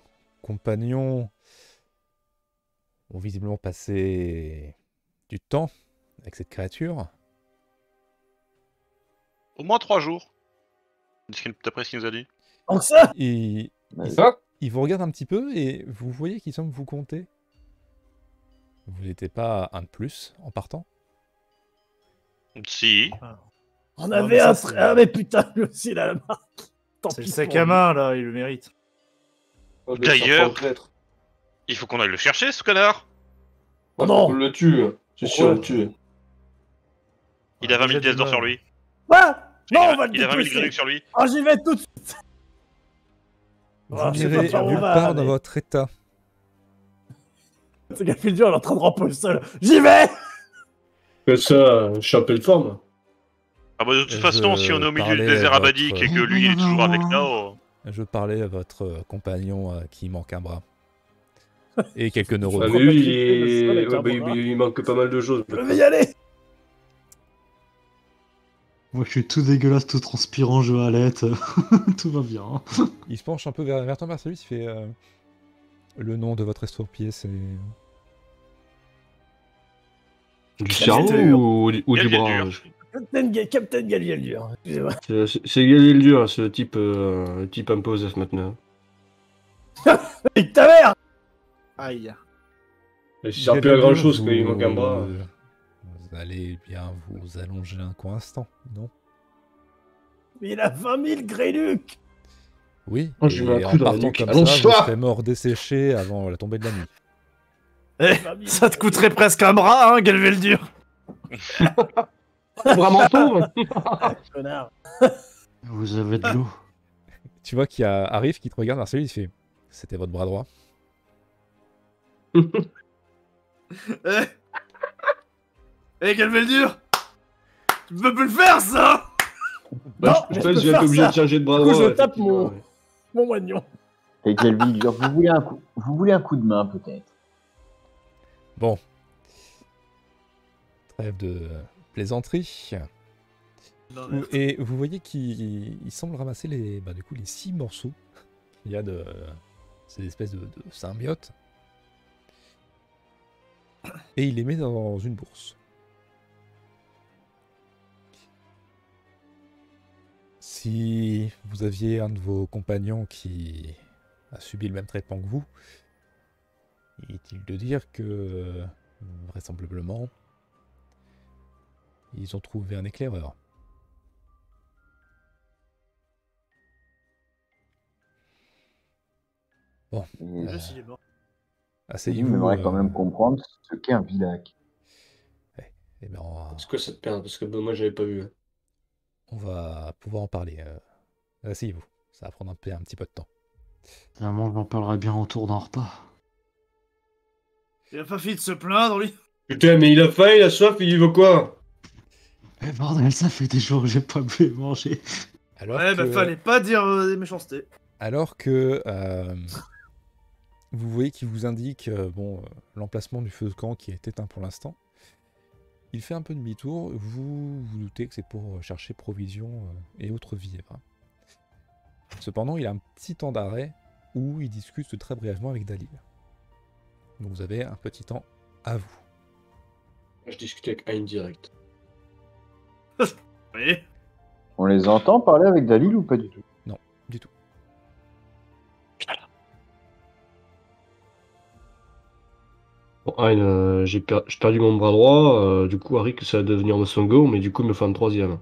S4: compagnons ont visiblement passé du temps avec cette créature.
S3: Au moins trois jours. D'après ce qu'il nous a dit.
S7: Donc ça
S4: Et
S1: Ouais.
S5: Ça
S4: il vous regarde un petit peu et vous voyez qu'il semble vous compter. Vous n'étiez pas un de plus en partant.
S3: Si.
S7: On
S6: Non,
S7: avait
S6: mais ça,
S7: un...
S6: c'est-
S7: tra- Ah mais putain, lui aussi, il a la marque. Tant
S6: C'est le
S7: pis
S6: sac
S7: pour
S6: à
S7: lui.
S6: main, là, il le mérite.
S5: Oh, le
S3: D'ailleurs.
S5: serpent traître.
S3: Il faut qu'on aille le chercher, ce connard.
S5: Ouais,
S7: Non.
S5: On le tue. euh. C'est sûr, on le tue.
S3: Il a 20 000 pièces d'or sur lui.
S7: Quoi
S3: il
S7: Non,
S3: a,
S7: on va le
S3: il a 20 000
S7: dépecer.
S3: grenouilles sur lui.
S7: Ah, j'y vais tout de suite.
S4: Vous
S7: Ah, je sais
S4: n'irez
S7: pas par où on
S4: nulle
S7: va,
S4: part dans
S7: mais-
S4: votre état.
S7: C'est qu'à dur, elle est en train de ramper le sol. J'y vais
S5: Que ça, je suis en pleine forme.
S3: Ah bah de toute
S4: Je
S3: façon, si on est au milieu du
S4: parlais à
S3: désert
S4: votre-
S3: abadique et que lui il est toujours avec Nao,
S4: Je parlais à votre euh, compagnon euh, qui manque un bras. Et quelques
S5: Ah,
S4: neurones.
S5: mais
S7: crois
S5: lui,
S7: pas
S5: il,
S7: qu'il fait le
S5: est...
S7: sol avec
S5: ouais,
S7: un
S5: bah, il-
S7: bras.
S5: il manque pas mal de choses.
S7: Je vais y aller
S8: Moi, je suis tout dégueulasse, tout transpirant, je halète. tout va bien. hein.
S4: Il se penche un peu vers, vers toi, Marcellus. Il fait euh, Le nom de votre estorpier, c'est.
S9: Du
S6: Ça,
S9: cerveau
S6: c'était dur.
S9: ou, du- ou
S3: Il
S9: du
S3: était
S9: bras
S3: dur.
S9: je-
S7: Captain, Ga- Captain Gallialur. Excusez-moi.
S5: C'est- C'est c'est Galil dur, ce type, euh, le type un peu osef maintenant.
S7: Nique ta mère
S6: Aïe.
S5: Il sert plus à grand chose qu'il manque un bras.
S4: Vous, allez bien vous allonger un court instant, non
S7: Mais il a 20 000 Gréluc
S4: Oui.
S5: Moi, Oh, je lui mets
S4: et
S5: un
S4: en
S5: coup dans la
S4: partant
S5: nuque.
S4: comme ça, vous
S5: Allonge-toi
S4: serez mort desséché avant la tombée de la nuit.
S6: Eh, ça te coûterait presque un bras, hein, Galveldur
S9: Vraiment pauvre
S7: Connard.
S8: Vous avez de l'eau.
S4: Tu vois qu'il y a Arif qui te regarde, Marcel, il fait C'était votre bras droit.
S6: Eh, eh Galveldur Tu peux plus le faire, ça
S7: Non,
S9: Bah, je
S7: mais je
S9: pense que
S7: peux
S9: je vais
S7: faire
S9: être obligé
S7: ça.
S9: de changer de bras
S7: Du coup,
S9: droit.
S7: je
S9: ouais,
S7: tape
S9: effectivement,
S7: mon-
S9: ouais.
S7: Mon moignon.
S1: Et Galvildur, vous voulez un coup, vous voulez un coup de main peut-être
S4: Bon. Trêve de plaisanterie. Et vous voyez qu'il il semble ramasser les, bah, du coup, les six morceaux. Il y a de ces espèces de, de symbiotes. Et il les met dans une bourse. Si vous aviez un de vos compagnons qui a subi le même traitement que vous, est-il de dire que euh, vraisemblablement ils ont trouvé un éclaireur
S1: Et-
S6: Je suis mort.
S1: Il
S4: Asseyez-vous.
S1: m'aimerait quand
S4: euh,
S1: même comprendre ce qu'est un vilac.
S4: eh ben, on, va,
S5: Parce que ça te perd, parce que bah, moi j'avais pas vu.
S4: on va pouvoir en parler. euh. Asseyez-vous. Ça va prendre un, peu- un petit peu de temps.
S8: Finalement, on en parlera bien autour d'un repas.
S6: Il a pas fini de se plaindre, lui
S5: Putain, mais il a faim, il a soif, il veut quoi
S8: Eh bordel, ça fait des jours que j'ai pas bu et mangé.
S4: Alors
S6: Ouais, bah
S4: que-
S6: fallait pas dire euh, des méchancetés.
S4: Alors que euh, vous voyez qu'il vous indique euh, bon, euh, l'emplacement du feu de camp qui est éteint pour l'instant. Il fait un peu demi-tour. Vous vous doutez que c'est pour euh, chercher provisions euh, et autres vivres. Cependant, il a un petit temps d'arrêt où il discute très brièvement avec Dalil. Donc vous avez un petit temps à vous.
S5: Je discutais avec Ayn direct.
S6: Oui.
S1: On les entend parler avec Dalil ou pas du tout
S5: Bon, Ayn, euh, j'ai per- j'ai perdu mon bras droit, euh, du coup, Harry, que ça va devenir Mosongo, mais du coup, il me faut un troisième.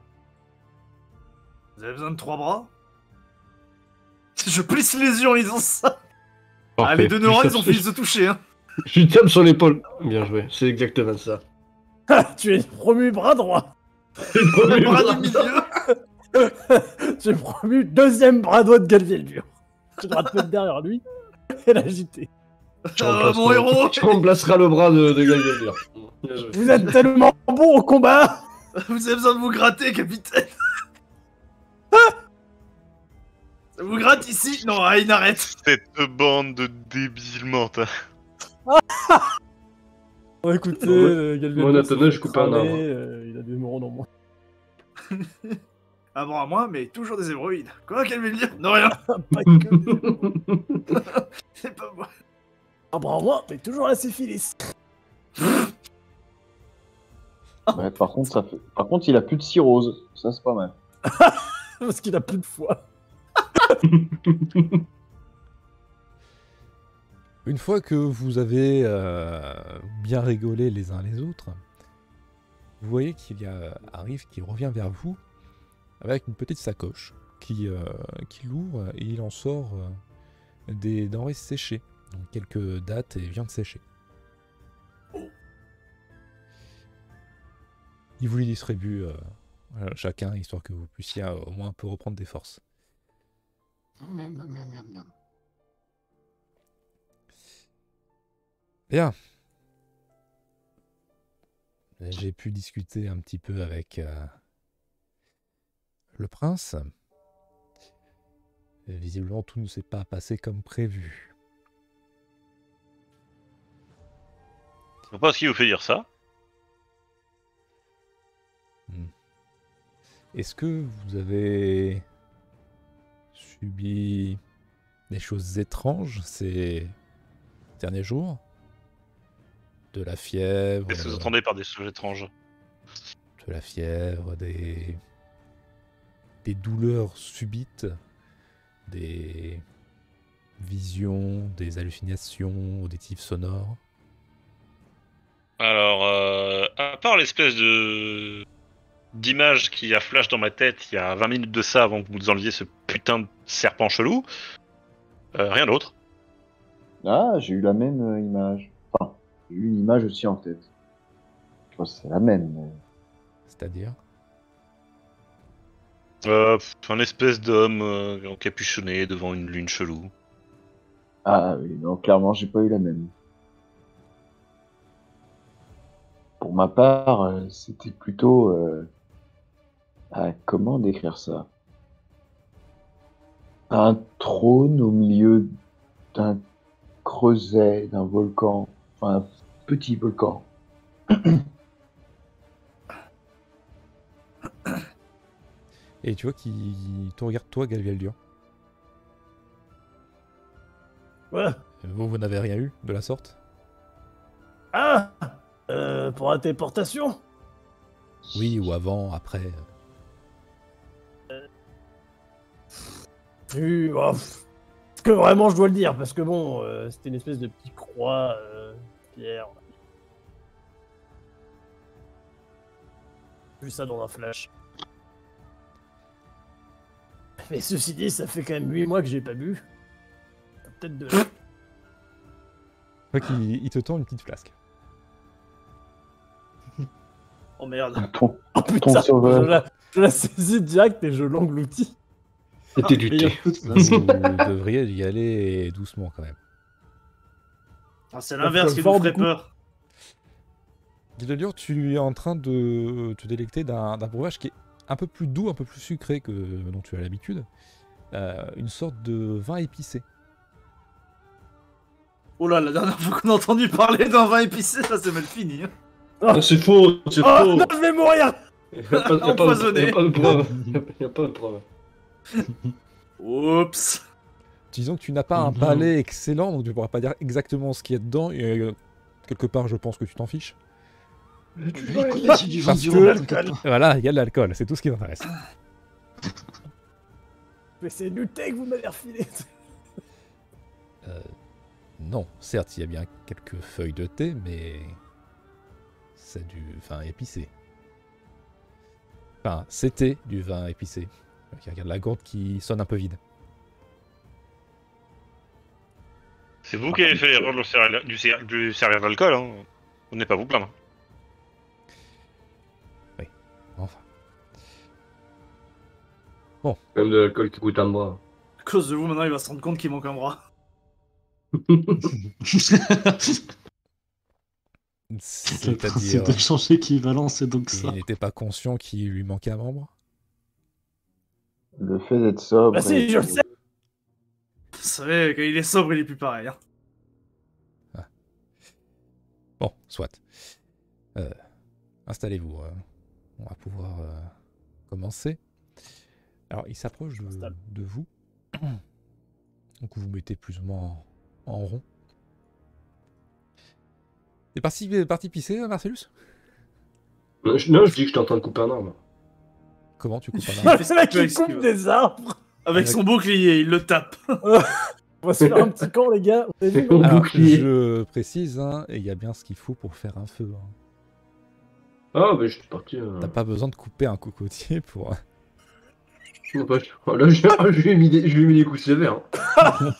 S6: Vous avez besoin de trois bras Je plisse les yeux en lisant ça Ah, les deux neurones, ils ont fini de se toucher, hein
S5: Je lui tape sur l'épaule. Bien joué, c'est exactement ça.
S7: Ah, tu es promu bras droit.
S6: Le bras du milieu
S7: Tu es promu deuxième bras droit de Galviel-Dur. Tu devras te mettre derrière lui et l'agiter.
S5: Tu
S6: Ah,
S5: remplaceras-
S6: mon héros
S5: Tu remplaceras le bras de, de Galgaldir. Bien joué.
S7: Vous êtes tellement bon au combat.
S6: Vous avez besoin de vous gratter, capitaine Ça vous gratte ici Non, ah, il arrête
S3: Cette bande de débiles mentales.
S7: Bon, écoutez,
S5: Moi-
S7: euh, Galviel-Dur
S5: moi, Nathanaël,
S7: s'est
S5: je
S7: fait
S5: coupe un
S7: cramer,
S5: arbre.
S7: euh, Il a des neurones en moins.
S6: Ah bon, à moi, mais toujours des hémorroïdes. Quoi, qu'elle veut dire Non, rien
S7: Pas que des neurones.
S6: C'est pas moi
S7: Ah bah moi, mais toujours la syphilis.
S6: Ah.
S1: Ouais, Par contre, ça fait... par contre, il a plus de cirrhose. Ça, c'est pas mal.
S7: Parce qu'il a plus de foi.
S4: Une fois que vous avez euh, bien rigolé les uns les autres, vous voyez qu'il y a Arif qui revient vers vous avec une petite sacoche qui, euh, qui l'ouvre et il en sort euh, des denrées séchées, donc quelques dattes et viande séchée. Il vous les distribue euh, à chacun histoire que vous puissiez euh, au moins un peu reprendre des forces.
S8: Miam, miam, miam, miam, miam.
S4: Bien. J'ai pu discuter un petit peu avec euh, le prince. Et Visiblement, tout ne s'est pas passé comme prévu.
S3: Je sais pas ce qui vous fait dire ça.
S4: Est-ce que vous avez subi des choses étranges ces derniers jours De la fièvre
S3: Qu'est-ce que vous
S4: euh,
S3: entendez par des choses étranges
S4: de la fièvre, des, des douleurs subites, des visions, des hallucinations auditives sonores.
S3: Alors, euh, ah, part l'espèce de d'image qui a flash dans ma tête il y a 20 minutes de ça avant que vous nous enleviez ce putain de serpent chelou, euh, rien d'autre.
S1: Ah, j'ai eu la même euh, image. Enfin, j'ai eu une image aussi en tête. Je pense que c'est la même. mais-
S4: C'est-à-dire
S3: Euh, pff, un espèce d'homme euh, encapuchonné devant une lune chelou.
S1: Ah oui, non, clairement, j'ai pas eu la même. Pour ma part, euh, c'était plutôt... euh, ah, comment décrire ça Un trône au milieu d'un creuset, d'un volcan, enfin un petit volcan.
S4: Et tu vois qu'il te regarde, toi, Galviel
S7: Ouais.
S4: Vous, vous n'avez rien eu de la sorte
S7: Ah euh, Pour la téléportation
S4: Oui, ou avant, après.
S7: Plus. oh, pff. Est-ce que vraiment je dois le dire Parce que bon, euh, c'était une espèce de petite croix, euh, pierre. J'ai Vu ça dans un flash. Mais ceci dit, ça fait quand même 8 mois que j'ai pas bu. Peut-être de.
S4: Tu vois qu'il il te tend une petite flasque.
S7: Oh merde.
S1: Ton,
S7: Oh
S1: ton
S7: putain
S1: sauveur.
S7: Je la, je la saisis direct et je l'engloutis.
S5: C'était
S6: Ah.
S5: du thé.
S4: Vous devriez y aller doucement quand même.
S6: Ah, c'est
S7: Ça
S6: l'inverse
S7: fait
S6: qui
S7: fort
S6: nous ferait
S7: du coup.
S6: peur.
S4: Guidelure, tu es en train de euh, te délecter d'un d'un breuvage qui est un peu plus doux, un peu plus sucré que dont tu as l'habitude. Euh, une sorte de vin épicé.
S6: Oh là, la dernière fois qu'on a entendu parler d'un vin épicé, ça c'est mal fini. hein.
S5: Ah, c'est faux, c'est
S7: Oh
S5: faux.
S7: non, je vais mourir
S5: Il n'y a, pas- y a pas
S6: Empoisonné.
S5: de- y a pas de preuve. Il a pas de preuve.
S6: Oups.
S4: Disons que tu n'as pas un
S8: Mhm.
S4: palais excellent, donc tu ne pourras pas dire exactement ce qu'il y a dedans. Et, euh, quelque part, je pense que tu t'en fiches.
S8: Tu les connais, c'est du vin
S4: Parce
S8: du
S4: que-
S8: roi, t'inquiète pas.
S4: Voilà, il y a de l'alcool, c'est tout ce qui t'intéresse.
S7: Mais c'est du thé que vous m'avez refilé
S4: Euh, non, certes, il y a bien quelques feuilles de thé, mais c'est du vin épicé. Enfin, c'était du vin épicé. Ok, Regarde la gourde qui sonne un peu vide.
S3: C'est vous qui avez fait l'erreur de le servir- du, ser- du servir de l'alcool, hein. On n'est pas vous plaindre.
S4: Enfin.
S5: Même de l'alcool qui coûte un bras.
S6: À cause de vous, maintenant il va se rendre compte qu'il manque un bras.
S8: Le
S4: C'est-à-dire,
S8: principe de changer équivalent, c'est donc ça.
S4: il n'était pas conscient qu'il lui manquait un membre.
S1: Le fait d'être sobre...
S7: Bah si,
S1: et- euh,
S7: je le sais.
S6: Vous savez, quand il est sobre, il est plus pareil. hein.
S4: Bon, soit. Euh, Installez-vous. euh, on va pouvoir euh, commencer. Alors, il s'approche de,
S7: m'installe.
S4: de vous. Donc, vous vous mettez plus ou moins en, en rond. C'est parti, euh, parti pisser, hein, Marcellus
S5: Non, je non, je dis que j'étais en train de couper un arbre.
S4: Comment tu coupes un arbre
S7: Le mec
S6: Ouais,
S7: qui
S6: c'est
S7: coupe
S6: vrai.
S7: des arbres
S6: Avec son bouclier, il le tape.
S7: On va se faire un petit camp, les gars Vous avez vu,
S5: Mon
S4: Alors,
S5: bouclier.
S4: je précise, hein, et il y a bien ce qu'il faut pour faire un feu. hein.
S5: Ah, bah, je suis parti. euh,
S4: T'as pas besoin de couper un cocotier pour.
S5: non, bah, je- oh, Là, je je lui ai mis des- je lui ai mis des coups sévères. hein.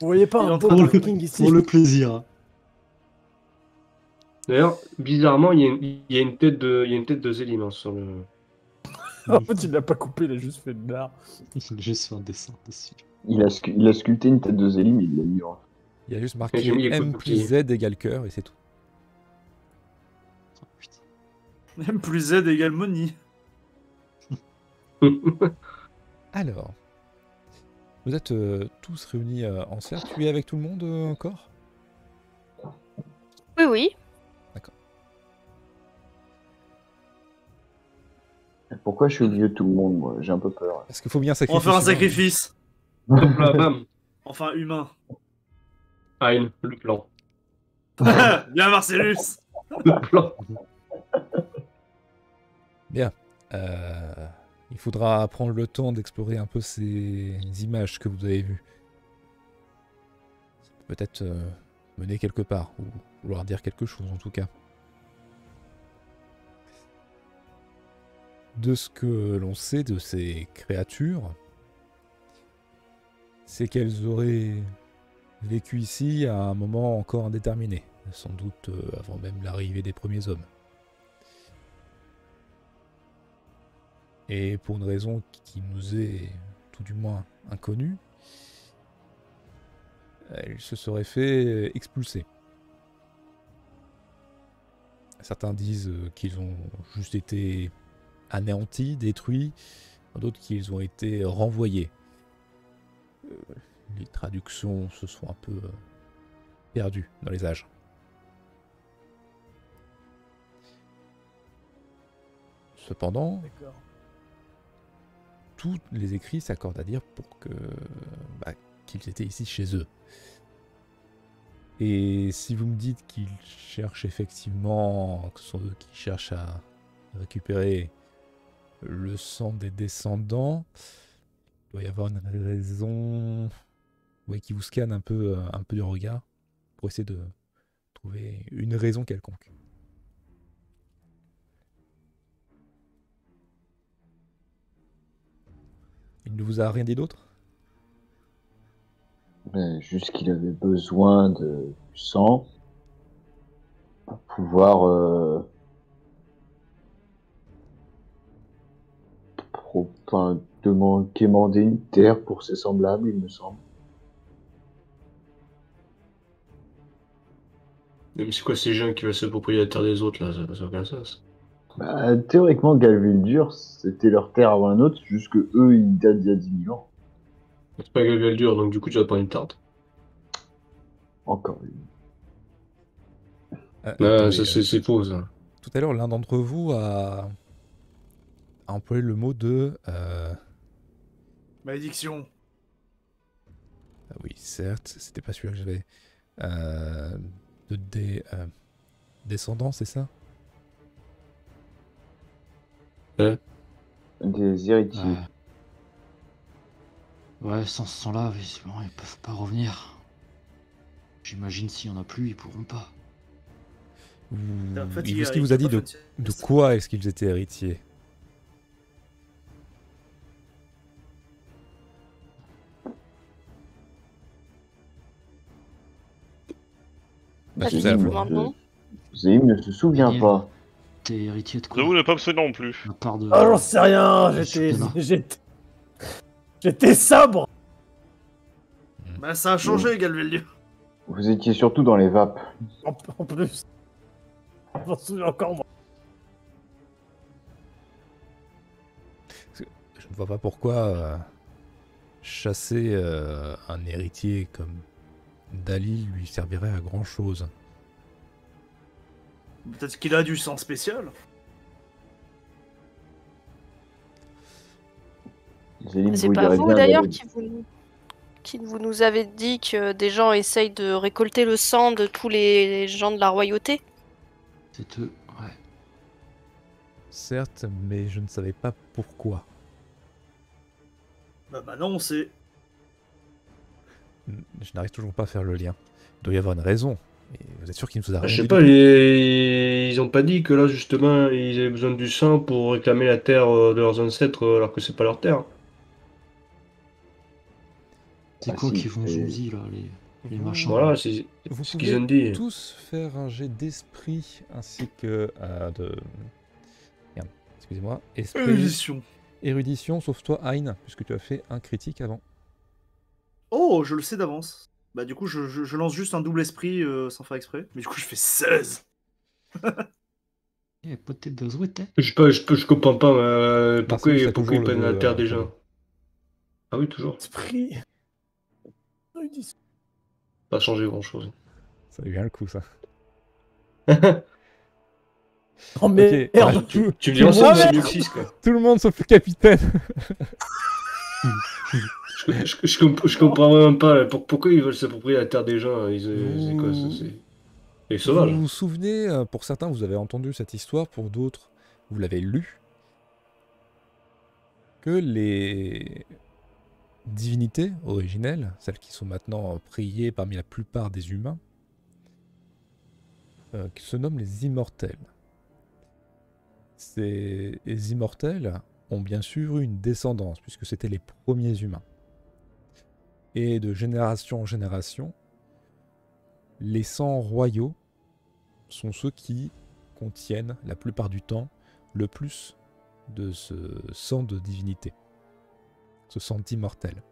S7: Vous voyez pas
S6: Il est
S7: un
S6: en
S7: beau
S6: train de-
S7: parking ici
S8: Pour le plaisir. hein.
S5: D'ailleurs, bizarrement, il y a une- il y, a une tête de, il y a une tête de Zélim hein, sur le.
S7: En fait, il l'a pas coupé, il a juste fait de l'art.
S8: Je vais juste faire un dessin dessus.
S1: Il a, scu- il a sculpté une tête de Zélim, il l'a mis en...
S4: Il y a juste
S5: j'ai mis
S4: marqué
S5: les coups de
S4: M plus Z égale cœur, et c'est tout.
S8: Oh, putain.
S6: M plus Z égale money.
S4: Alors, vous êtes euh, tous réunis euh, en cercle. Tu es avec tout le monde euh, encore
S2: Oui, oui.
S1: Pourquoi je suis au milieu de tout le monde, moi J'ai un peu peur.
S4: Parce qu'il faut bien
S6: On
S4: sacrifier.
S6: va faire un
S4: souvent.
S6: sacrifice.
S5: Hop là, bam.
S6: Enfin, humain.
S5: Aïn, le plan.
S6: Bien, Marcellus.
S5: Le plan.
S4: Euh, il faudra prendre le temps d'explorer un peu ces images que vous avez vues. Ça peut Peut-être euh, mener quelque part, ou vouloir dire quelque chose en tout cas. de ce que l'on sait de ces créatures, c'est qu'elles auraient vécu ici à un moment encore indéterminé, sans doute euh, avant même l'arrivée des premiers hommes. Et pour une raison qui nous est tout du moins inconnue, elles se seraient fait expulser. Certains disent euh, qu'ils ont juste été anéantis, détruits, d'autres qu'ils ont été renvoyés. Euh, Les traductions se sont un peu euh, perdues dans les âges. Cependant,
S7: D'accord.
S4: tous les écrits s'accordent à dire pour que bah, qu'ils étaient ici chez eux. Et si vous me dites qu'ils cherchent effectivement, que ce sont eux qui cherchent à récupérer le sang des descendants, il doit y avoir une raison ouais, qui vous scanne un peu, euh, un peu du regard pour essayer de trouver une raison quelconque. Il ne vous a rien dit d'autre
S1: Mais juste qu'il avait besoin de du sang pour pouvoir euh, pro- enfin, deman- quémander une terre pour ses semblables, il me semble.
S5: Mais c'est quoi ces gens qui veulent s'approprier la terre des autres là Ça n'a aucun sens.
S1: Bah, théoriquement, Galvildur, c'était leur terre avant un autre, juste que eux, ils datent d'il y a 10 000 ans.
S5: C'est pas Galgal dur, donc du coup tu vas prendre une tarte.
S1: Encore une.
S4: Ah,
S5: Ah,
S4: attendez,
S5: ça c'est-
S4: euh,
S5: c'est faux ça.
S4: tout à l'heure, l'un d'entre vous a... a employé le mot de. euh,
S6: Malédiction.
S4: ah Oui, certes, c'était pas celui-là que j'avais. euh, De des. euh, Descendants, c'est ça
S1: Des héritiers.
S9: Ouais.
S4: Bah,
S9: Ouais, sans ce sang-là, visiblement, ils peuvent pas revenir. J'imagine s'il y en a plus, ils pourront pas.
S4: Ou-
S6: En fait,
S4: il-
S6: il-
S4: Est-ce qu'il
S6: euh, il
S4: vous a dit
S6: peut pas
S4: de,
S6: faire une
S4: de
S6: sieste.
S4: quoi est-ce qu'ils étaient héritiers Bah,
S1: Bah,
S2: Pas
S4: c'est
S2: du
S4: ça, la
S2: tout,
S4: fois.
S2: hein. non.
S1: Zéim Euh, ne se souvient
S9: Et-
S1: pas.
S9: T'es héritier de quoi
S3: J'avoue ne pas me souvenir non plus.
S9: À part de.
S7: Ah, j'en sais rien,
S9: Je sais
S7: j'étais.
S9: pas.
S7: J'étais. J'étais sobre
S6: Bah, ça a changé, Galveldur.
S1: Vous étiez surtout dans les vapes.
S7: en, en plus. Je m'en souviens encore moi.
S4: Je ne vois pas pourquoi euh, chasser euh, un héritier comme Dali lui servirait à grand chose.
S6: Peut-être qu'il a du sang spécial.
S1: Zélim,
S2: C'est
S1: vous
S2: pas
S1: direz
S2: vous
S1: bien
S2: d'ailleurs
S1: d'aller-
S2: qui vous, qui vous nous avez dit que des gens essayent de récolter le sang de tous les gens de la royauté
S9: C'est eux, ouais.
S4: Certes, mais je ne savais pas pourquoi.
S6: Bah, bah non, c'est.
S4: Je n'arrive toujours pas à faire le lien. Il doit y avoir une raison. Et vous êtes sûr qu'il ne vous a rien
S5: je sais
S4: dit
S5: pas,
S4: du-
S5: les- ils ont pas dit que là justement ils avaient besoin du sang pour réclamer la terre euh, de leurs ancêtres euh, alors que c'est pas leur terre.
S9: C'est
S1: Ah,
S9: quoi
S1: si,
S9: qui vont
S1: et-
S9: sous là, les, les machins
S5: Voilà, c'est
S4: Vous
S5: c'est ce qu'ils
S4: pouvez
S5: ont dit.
S4: tous faire un jet d'esprit ainsi que euh, de. Merde, excusez-moi. Esprit,
S6: Malédiction.
S4: érudition, sauf toi, Hein, puisque tu as fait un critique avant.
S6: Oh, je le sais d'avance. Bah, du coup, je, je- je lance juste un double esprit euh, sans faire exprès. Mais du coup, je fais 16.
S9: Eh, peut-être de zouette, hein.
S5: Je, sais pas, je, peux- je comprends pas euh, pourquoi,
S4: Bah, ça, ça
S5: pourquoi ils
S4: toujours
S5: prennent
S4: le-
S5: la terre des
S4: euh,
S5: gens. Ah oui, toujours.
S7: Esprit. Oh, Érudition.
S5: Pas changé grand chose.
S4: Ça a eu un coup, ça.
S7: Oh mais
S4: Ok,
S7: merde.
S4: bah, tout,
S5: Tu me
S4: tout
S5: dis ensemble,
S4: monde-
S5: c'est mieux que 6 quoi.
S4: tout le monde sauf le capitaine.
S5: Je, je, je comp- je comprends vraiment pas là, pour- pourquoi ils veulent s'approprier la terre des gens. Ils, euh, c'est quoi ça C'est c'est sauvage.
S4: Vous vous souvenez, euh, pour certains, vous avez entendu cette histoire, pour d'autres, vous l'avez lu, que les divinités originelles, celles qui sont maintenant euh, priées parmi la plupart des humains, euh, qui se nomment les immortels. ces immortels ont bien sûr eu une descendance, puisque c'était les premiers humains. Et de génération en génération, les sangs royaux sont ceux qui contiennent, la plupart du temps, le plus de ce sang de divinité, ce sang d'immortel.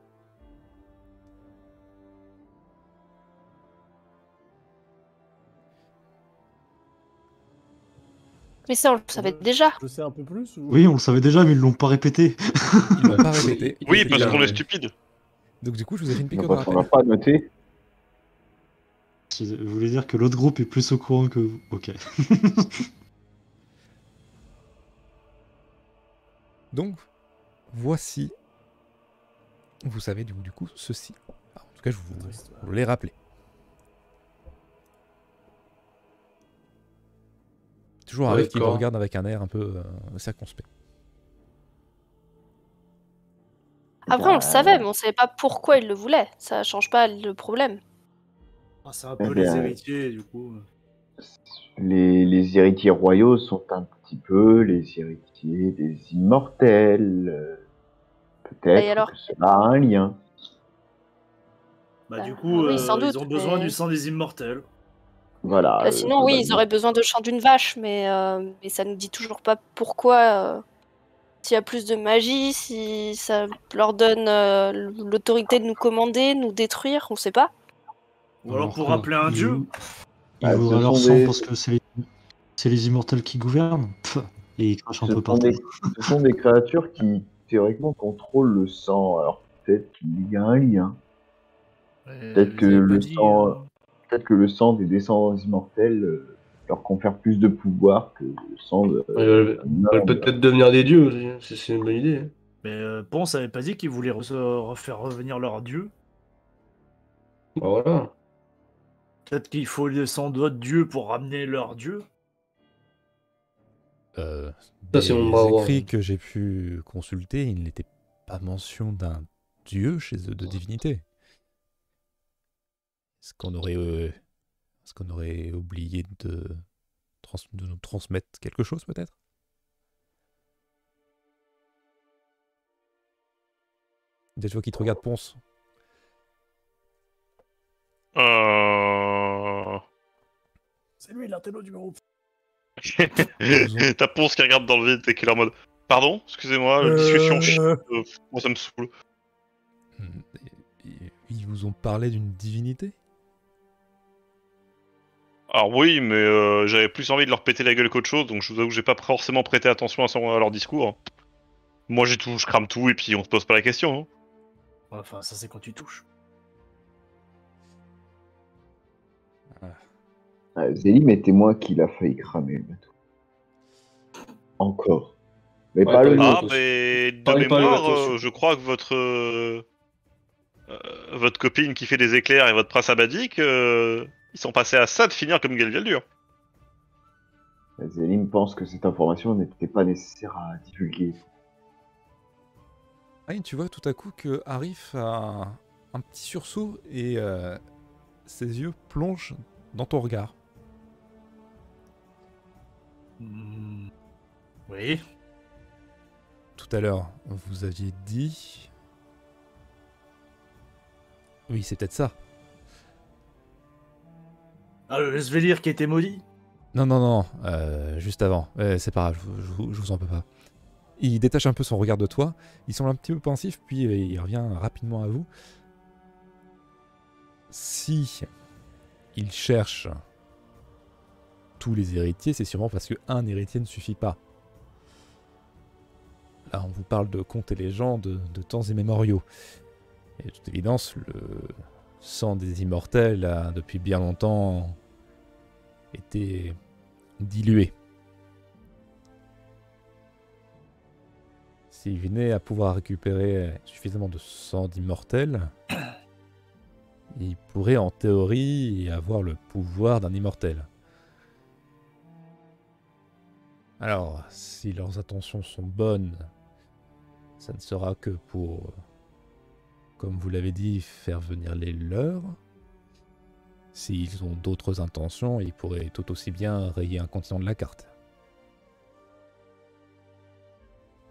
S2: Mais ça, on le
S1: Euh,
S2: savait déjà.
S7: Je sais un peu plus ou...
S9: Oui, on le savait déjà, mais ils l'ont pas répété.
S4: Ils l'ont pas répété.
S3: Oui, parce
S4: Effectivement.
S3: qu'on est stupide.
S4: Donc du coup, je vous ai fait une piqûre de
S1: Parce qu'on n'a
S4: rappel.
S1: pas noté.
S9: Je voulais dire que l'autre groupe est plus au courant que vous. Ok.
S4: Donc, voici. Vous savez du, du coup ceci. Ah, en tout cas, je vous, je vous l'ai rappelé. Toujours avec qui me
S5: D'accord.
S4: regarde avec un air un peu euh, circonspect.
S2: Après,
S1: bah,
S2: on le savait, mais on savait pas pourquoi il le voulait. Ça change pas le problème.
S6: Ah, c'est un
S1: Eh
S6: peu les
S1: bien,
S6: héritiers, du coup.
S1: Les, les héritiers royaux sont un petit peu les héritiers des immortels. Euh,
S2: Et
S1: Peut-être
S2: alors
S1: que cela a un lien.
S6: Bah,
S2: Bah,
S6: du coup,
S2: oui,
S6: euh,
S2: sans doute,
S6: ils ont besoin
S2: mais-
S6: du sang des immortels.
S1: Voilà.
S2: Bah,
S1: euh,
S2: sinon, oui, ils
S1: globalement.
S2: auraient besoin de chant d'une vache, mais, euh, mais ça nous dit toujours pas pourquoi. euh, S'il y a plus de magie, si ça leur donne euh, l'autorité de nous commander, nous détruire, on sait pas.
S4: Ah,
S6: Ou alors pour
S9: que-
S6: rappeler un
S9: il-
S6: dieu.
S9: Il
S1: Ah,
S9: vaudra
S1: ce
S9: leur
S1: sont
S9: sang
S1: des-
S9: parce que c'est les... c'est les immortels qui gouvernent. Pff, et ils crachent un
S1: Ce
S9: peu
S1: sont,
S9: partout.
S1: des, ce sont des créatures qui théoriquement contrôlent le sang. Alors peut-être qu'il y a un lien. Peut-être que le euh, sang- Peut-être que le sang des descendants immortels euh, leur confère plus de pouvoir que le sang de.
S5: Ils
S9: Euh,
S5: veulent
S1: Non,
S5: ils veulent peut-être devenir des dieux aussi, hein. c'est c'est une bonne idée. hein.
S6: Mais euh, Ponce avait pas dit qu'ils voulaient re- se refaire revenir leur dieu.
S5: Bah voilà.
S6: Peut-être qu'il faut le sang d'autres dieux pour ramener leur dieu.
S4: Euh,
S5: Ça,
S4: des
S5: c'est mon bras droit.
S4: écrits que j'ai pu consulter, il n'était pas mention d'un dieu chez eux de divinité. Est-ce qu'on aurait, euh, est-ce qu'on aurait oublié de, trans- de nous transmettre quelque chose peut-être Déjà, je vois qu'il te
S5: Oh.
S4: regarde Ponce.
S3: Euh...
S7: C'est lui l'intello du groupe.
S3: T'as Ponce qui regarde dans le vide et qui est là en mode Pardon, excusez-moi, Ah, la discussion chi-
S7: Euh,
S3: euh, moi, ça me saoule.
S4: hmm, Ils vous ont parlé d'une divinité
S3: Alors oui, mais euh, j'avais plus envie de leur péter la gueule qu'autre chose, donc je vous avoue que j'ai pas forcément prêté attention à, son- à leur discours. Moi j'ai tout, je crame tout et puis on se pose pas la question. hein.
S6: Enfin, ça c'est quand tu touches.
S1: Ah, Zélim est témoin qu'il a failli cramer le bateau. Encore. Mais
S5: Ouais,
S1: pas le
S5: pas-
S1: nôtre.
S3: Ah, mais de
S5: Parlez pas,
S3: mémoire,
S5: attention.
S3: euh, je crois que votre euh, euh, votre copine qui fait des éclairs et votre prince abadique, euh, ils sont passés à ça de finir comme Galvialdur.
S1: Zélim pense que cette information n'était pas nécessaire à divulguer.
S4: Ah, et tu vois tout à coup que Arif a un, un petit sursaut et euh, ses yeux plongent dans ton regard.
S6: Hmm. Oui.
S4: Tout à l'heure, vous aviez dit. Oui, c'est peut-être ça.
S6: Ah, le Svelir qui était maudit.
S4: Non, non, non, euh, juste avant. Euh, c'est pas grave, je, vous- je vous- je vous en peux pas. Il détache un peu son regard de toi. Il semble un petit peu pensif, puis euh, il revient rapidement à vous. Si il cherche tous les héritiers, c'est sûrement parce qu'un héritier ne suffit pas. Là, on vous parle de compter les gens de, de temps immémoriaux. Et de toute évidence, le sang des immortels a depuis bien longtemps été dilué. S'il venait à pouvoir récupérer euh, suffisamment de sang d'immortel, il pourrait en théorie avoir le pouvoir d'un immortel. Alors, si leurs intentions sont bonnes, ça ne sera que pour, comme vous l'avez dit, faire venir les leurs. S'ils ont d'autres intentions, ils pourraient tout aussi bien rayer un continent de la carte.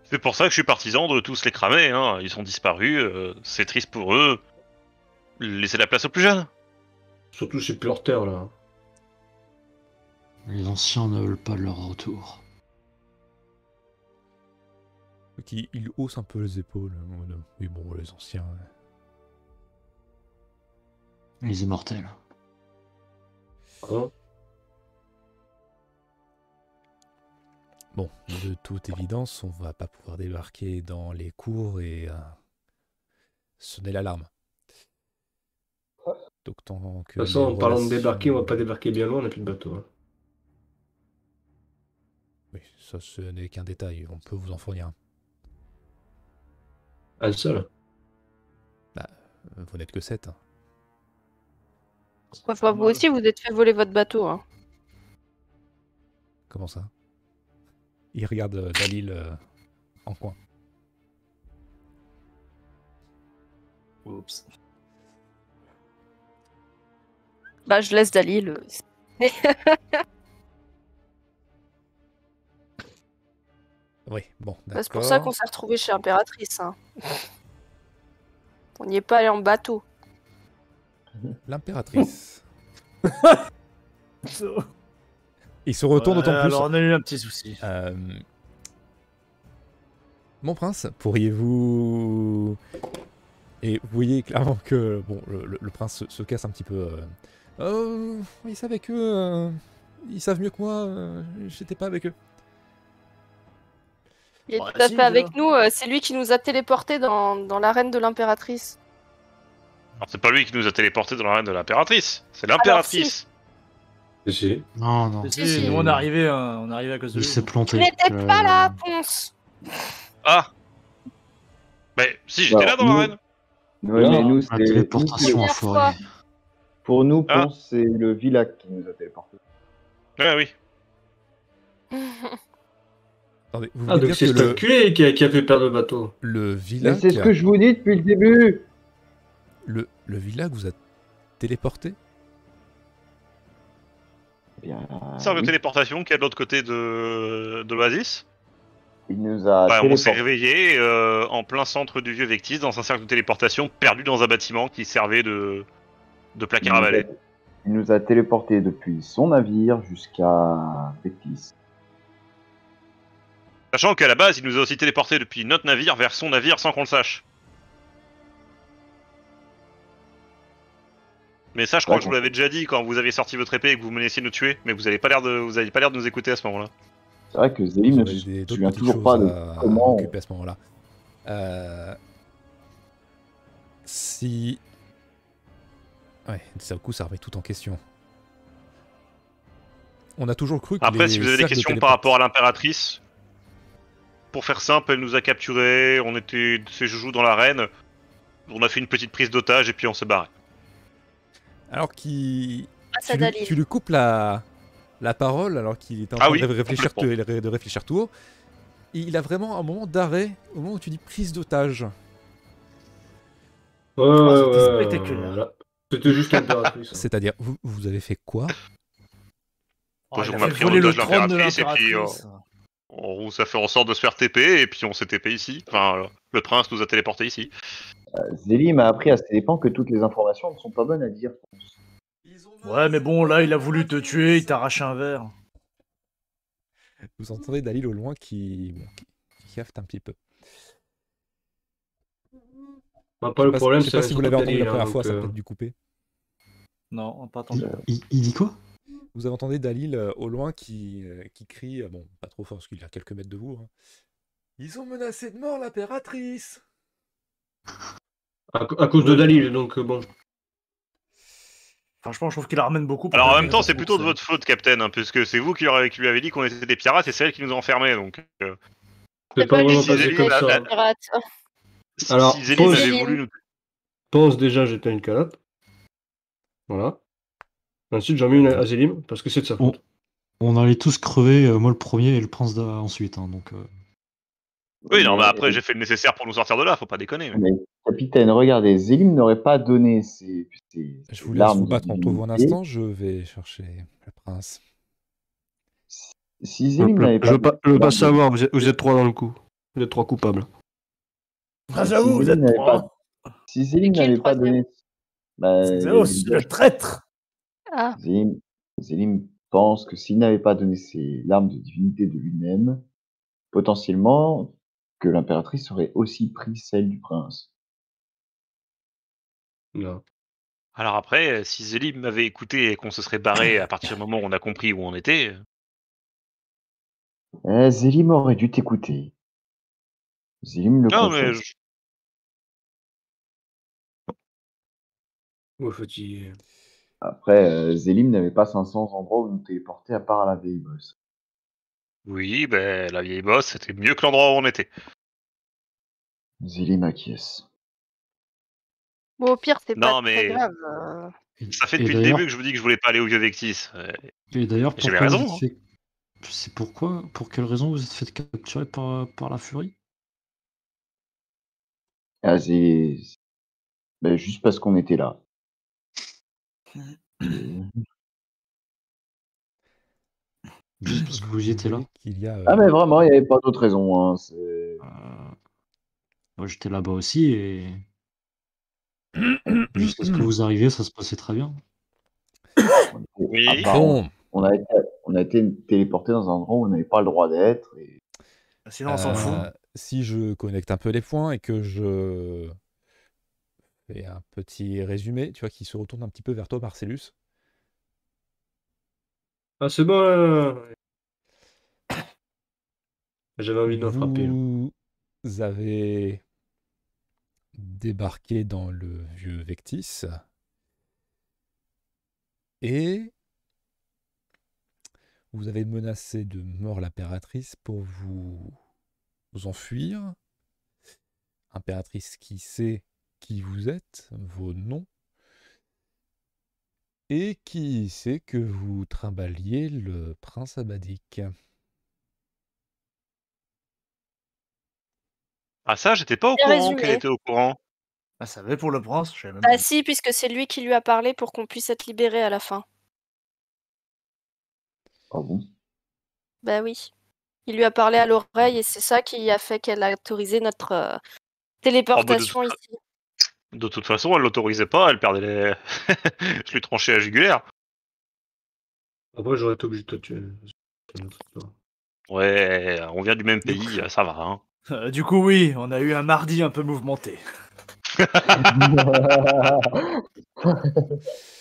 S3: C'est pour ça que je suis partisan de tous les cramer. Hein. Ils sont disparus. euh, c'est triste pour eux. Laissez la place aux plus jeunes.
S5: Surtout chez Pleurter, là.
S9: Les anciens ne veulent pas de leur retour.
S4: Qui, il hausse un peu les épaules. en mode, Oui, bon, les anciens. euh,
S9: Les immortels.
S5: Hein
S4: Bon, de toute évidence, on va pas pouvoir débarquer dans les cours et euh, sonner l'alarme. Donc tant que.
S5: de toute façon,
S4: les
S5: en parlant de
S4: relations-
S5: débarquer, on va pas débarquer bien loin, on n'a plus de bateau. hein.
S4: Oui, ça ce n'est qu'un détail. On peut vous en fournir un.
S5: Un seul.
S4: Euh, Vous n'êtes que 7.
S2: Ouais, bah, vous aussi, vous êtes fait voler votre bateau. hein.
S4: Comment ça Il regarde euh, Dalil euh, en coin.
S6: Oups.
S2: Bah, je laisse Dali le.
S4: Oui, bon, d'accord.
S2: Bah, C'est pour ça qu'on s'est retrouvé chez Impératrice. hein. on n'y est pas allé en bateau.
S4: L'impératrice. Il se retourne
S6: Ouais,
S4: d'autant plus.
S6: Euh, Alors on a eu un petit souci.
S4: Euh, Mon prince, pourriez-vous... Et vous voyez clairement que bon, le, le- le prince se, se casse un petit peu. euh. Euh, ils savent avec eux. euh, Ils savent mieux que moi. euh, J'étais pas avec eux.
S2: Il est
S6: Bah,
S2: tout à
S6: si,
S2: fait avec
S6: déjà.
S2: nous. euh, C'est lui qui nous a téléportés dans, dans l'arène de l'Impératrice.
S3: Alors, c'est pas lui qui nous a téléportés dans la reine de l'impératrice. C'est l'impératrice.
S5: Si.
S9: Non, non.
S6: Si, si,
S9: c'est-
S6: nous on est arrivés, hein, on est arrivés à cause de
S9: Il
S6: lui.
S9: s'est
S2: Tu
S9: planté.
S2: n'étais
S9: Euh,
S2: pas là, Ponce
S3: Ah. Mais si, j'étais
S1: Alors,
S3: là dans la
S1: nous-
S3: reine.
S1: Ouais,
S9: Non,
S1: mais nous,
S9: La
S1: c'est- nous, c'est-
S9: téléportation en
S2: Première fois.
S9: forêt.
S1: Pour nous,
S3: Ah.
S1: Ponce, c'est le Vilac qui nous a téléportés.
S3: Ah oui.
S4: Attendez, vous
S5: Ah,
S4: voulez
S5: donc
S4: dire
S5: c'est
S4: que
S5: cet
S4: le,
S5: enculé qui a, qui a fait perdre le bateau.
S4: le
S1: Mais
S4: vilac,
S1: c'est ce que je vous dis depuis le début
S4: le, le vilac vous a téléporté
S1: Eh Bien,
S3: Serve de
S1: Ah, oui.
S3: téléportation qui est de l'autre côté de, de l'oasis.
S1: Il nous a
S3: Bah, on s'est
S1: téléportés.
S3: réveillé euh, en plein centre du vieux Vectis dans un cercle de téléportation perdu dans un bâtiment qui servait de, de
S1: Il
S3: placard
S1: nous
S3: à
S1: a-
S3: balai.
S1: Il nous a téléportés depuis son navire jusqu'à Bétis.
S3: Sachant qu'à la base, il nous a aussi téléporté depuis notre navire vers son navire sans qu'on le sache. Mais ça, je crois
S1: Ouais,
S3: que je vous
S1: bon.
S3: l'avais déjà dit quand vous avez sorti votre épée et que vous menaciez de nous tuer, mais vous n'avez pas l'air de, vous avez pas l'air de nous écouter à ce moment-là.
S1: C'est vrai que Zélim ne
S4: Vous avez des-
S1: se
S4: d'autres
S1: souvient
S4: petites
S1: toujours
S4: choses
S1: pas de
S4: à-
S1: comment-
S4: à occuper à ce moment-là. Euh, Si. Ouais, ça, au coup, ça remet tout en question. On a toujours cru que.
S3: Après,
S4: les
S3: si vous avez des
S4: cercles de
S3: questions
S4: téléport-
S3: par rapport à l'impératrice, pour faire simple, elle nous a capturés, on était de ses joujoux dans l'arène, on a fait une petite prise d'otage et puis on s'est barré.
S4: Alors qu'il.
S2: Grâce à
S4: Tu, lui-
S2: Dali.
S4: tu lui coupes la, la parole alors qu'il était en
S3: Ah
S4: train
S3: oui,
S4: de, ré- réfléchir,
S3: complètement.
S4: de ré- de réfléchir tout haut. Et il a vraiment un moment d'arrêt, au moment où tu dis prise d'otage.
S5: Ouais, ouais,
S6: c'était
S5: ouais, ouais,
S6: spectaculaire.
S5: voilà. Ah, C'était juste hein. l'impératrice.
S4: C'est-à-dire, vous, vous avez fait quoi
S6: Oh,
S3: Bonjour,
S6: il a
S3: on a
S6: fait
S3: pris en
S6: voler le
S3: otage
S6: trône de
S3: l'impératrice, et puis, euh,
S6: l'impératrice.
S3: On ça fait en sorte de se faire TP et puis on s'est TP ici. Enfin, le prince nous a téléporté ici.
S1: Zélim a appris à ses dépens que toutes les informations ne sont pas bonnes à dire.
S6: Ouais, mais bon, là, il a voulu te tuer, il t'a arraché un verre.
S4: Vous entendez Dalil au loin qui, bon, qui, qui cafte un petit peu.
S5: Bah, pas le
S4: Je sais pas-
S5: problème,
S4: je sais
S5: c'est hein,
S4: pas si vous l'avez entendu la première fois, ça
S5: ça
S4: a peut-être dû couper.
S6: Non, on n'a pas attendu.
S9: Il, il dit quoi
S4: Vous entendez Dalil euh, au loin qui, euh, qui crie, euh, bon, pas trop fort parce qu'il est à quelques mètres de vous. hein. Ils ont menacé de mort l'impératrice
S5: à, à cause de Dalil, donc euh, bon.
S6: Franchement, je trouve qu'il la ramène beaucoup. pour
S3: Alors en
S6: qu'elle-
S3: même temps, c'est
S6: pour
S3: plutôt de
S6: que-
S3: votre faute, Captain, hein, puisque c'est vous qui, leur avez- qui lui avez dit qu'on était des pirates et c'est elle qui nous a enfermés. Donc, euh,
S5: C'est pas vraiment
S3: lui, c'est
S5: passé
S3: lui,
S5: comme
S3: la-
S5: ça.
S3: la-
S5: hein.
S2: Pirate.
S3: si-
S5: Alors,
S3: si Zélim
S5: pause.
S3: avait voulu nous.
S5: pense déjà j'étais une calotte. Voilà. Ensuite, j'en mets une à Zélim parce que c'est de
S4: Oh,
S5: sa faute.
S9: On allait tous crever, euh, moi le premier et le prince d'A- ensuite. hein, donc, euh,
S3: Oui, non, mais après, j'ai fait le nécessaire pour nous sortir de là, faut pas déconner.
S1: Mais capitaine, regardez, Zélim n'aurait pas donné ses, ses-
S4: Je
S1: ses
S4: vous laisse
S1: larmes
S4: vous
S1: de
S4: battre, on trouve un
S1: divinité.
S4: instant, je vais chercher le prince.
S1: Si Zélim n'avait pas.
S10: je veux pas, je veux pas savoir, vous êtes, vous êtes trois dans le coup. Vous êtes trois coupables.
S7: Ah, j'avoue, vous êtes
S1: n'avait
S7: trois. hein.
S1: pas- Si Zéline
S2: qui est le
S1: n'avait pas
S2: troisième
S1: donné. Bah,
S7: Xenos, le traître
S2: Ah,
S1: Zélim, Zélim pense que s'il n'avait pas donné ses larmes de divinité de lui-même, potentiellement que l'impératrice aurait aussi pris celle du prince.
S5: Non.
S3: Alors après, si Zélie m'avait écouté et qu'on se serait barré à partir du moment où on a compris où on était,
S1: Eh, Zélim aurait dû t'écouter. Zélim le
S3: Non,
S1: confesse.
S3: mais je-
S5: Moi, faut-il.
S1: Après, euh, Zélim n'avait pas 500 endroits où nous téléporter à part à la vieille bosse.
S3: oui, ben, la vieille bosse, c'était mieux que l'endroit où on était.
S1: Zélim acquiesce.
S2: bon, au pire, c'est pas
S3: Non,
S2: très
S3: mais-
S2: grave. euh.
S9: Et-
S3: Ça fait
S9: et
S3: depuis le
S9: d'ailleurs-
S3: début que je vous dis que je voulais pas aller au vieux Vectis. Euh,
S9: Et d'ailleurs,
S3: J'avais
S9: pourquoi
S3: raison,
S9: vous
S3: hein.
S9: êtes fait- C'est pourquoi Pour quelle raison vous êtes fait capturer par, par la furie
S1: Ah, c'est... Ben, juste parce qu'on était là. Euh,
S9: Juste parce que vous y étiez là
S4: Qu'il y a, euh,
S1: Ah mais vraiment, il n'y avait pas d'autre raison. hein, c'est-
S9: Euh, Moi, j'étais là-bas aussi et. Jusqu'à ce que vous arriviez, ça se passait très bien.
S3: Oui.
S1: Ah, bah, on-
S4: Bon,
S1: on, a été, on a été téléporté dans un endroit où on n'avait pas le droit d'être. et-
S6: Sinon, on s'en fout.
S4: Euh, Si je connecte un peu les points et que je fais un petit résumé, tu vois, qui se retourne un petit peu vers toi, Marcellus.
S5: Ah, c'est bon. euh, J'avais envie de l'en frapper. hein. là.
S4: Vous avez débarqué dans le vieux Vectis et vous avez menacé de mort l'impératrice pour vous, vous enfuir. Impératrice qui sait qui vous êtes, vos noms, et qui sait que vous trimballiez le prince Abadik.
S3: Ah ça, j'étais pas au
S2: Bien
S3: courant
S2: résumé.
S3: qu'elle était au courant.
S6: Ah, ça va pour le prince, je savais même
S2: Bah
S6: pas.
S2: si, puisque c'est lui qui lui a parlé pour qu'on puisse être libéré à la fin.
S1: Ah bon
S2: Bah oui. Il lui a parlé à l'oreille et c'est ça qui a fait qu'elle a autorisé notre euh, téléportation
S3: Oh, bah, de-
S2: ici.
S3: De toute façon, elle l'autorisait pas, elle perdait les... je lui tranchais la jugulaire.
S5: Après, Ah, j'aurais été obligé de te tuer. C'est une autre histoire.
S3: Ouais, on vient du même pays, ça va, hein.
S6: Euh, du coup, oui, on a eu un mardi un peu mouvementé.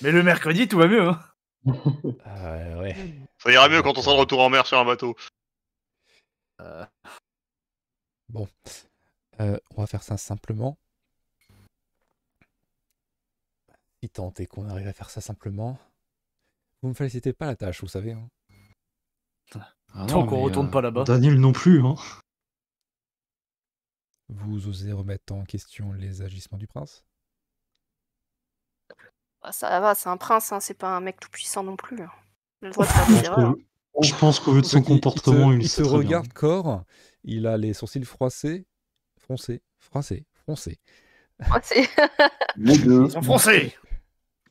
S6: Mais le mercredi, tout va mieux. Hein.
S4: Ah ouais.
S3: Ça ira mieux quand on sera de retour en mer sur un bateau.
S4: Euh, on va faire ça simplement. Si tant est qu'on arrive à faire ça simplement. Vous me félicitez pas la tâche, vous savez. hein.
S9: Ah
S6: Tant
S9: non,
S6: qu'on
S9: mais,
S6: retourne
S9: euh,
S6: pas là-bas.
S9: Daniel non plus, hein.
S4: Vous osez remettre en question les agissements du prince
S2: Bah, ça va, c'est un prince, hein, c'est pas un mec tout puissant non plus. Il a le droit de faire des erreurs.
S9: Je pense qu'au vu de son
S4: Donc, il-
S9: comportement,
S4: il
S9: il,
S4: te, il
S9: sait
S4: te
S9: très bien.
S4: regarde corps, il a les sourcils froissés, froncés, froncés, froncés.
S2: Ouais, hein. c'est-
S1: Les
S4: Euh.
S1: deux.
S6: Ils sont français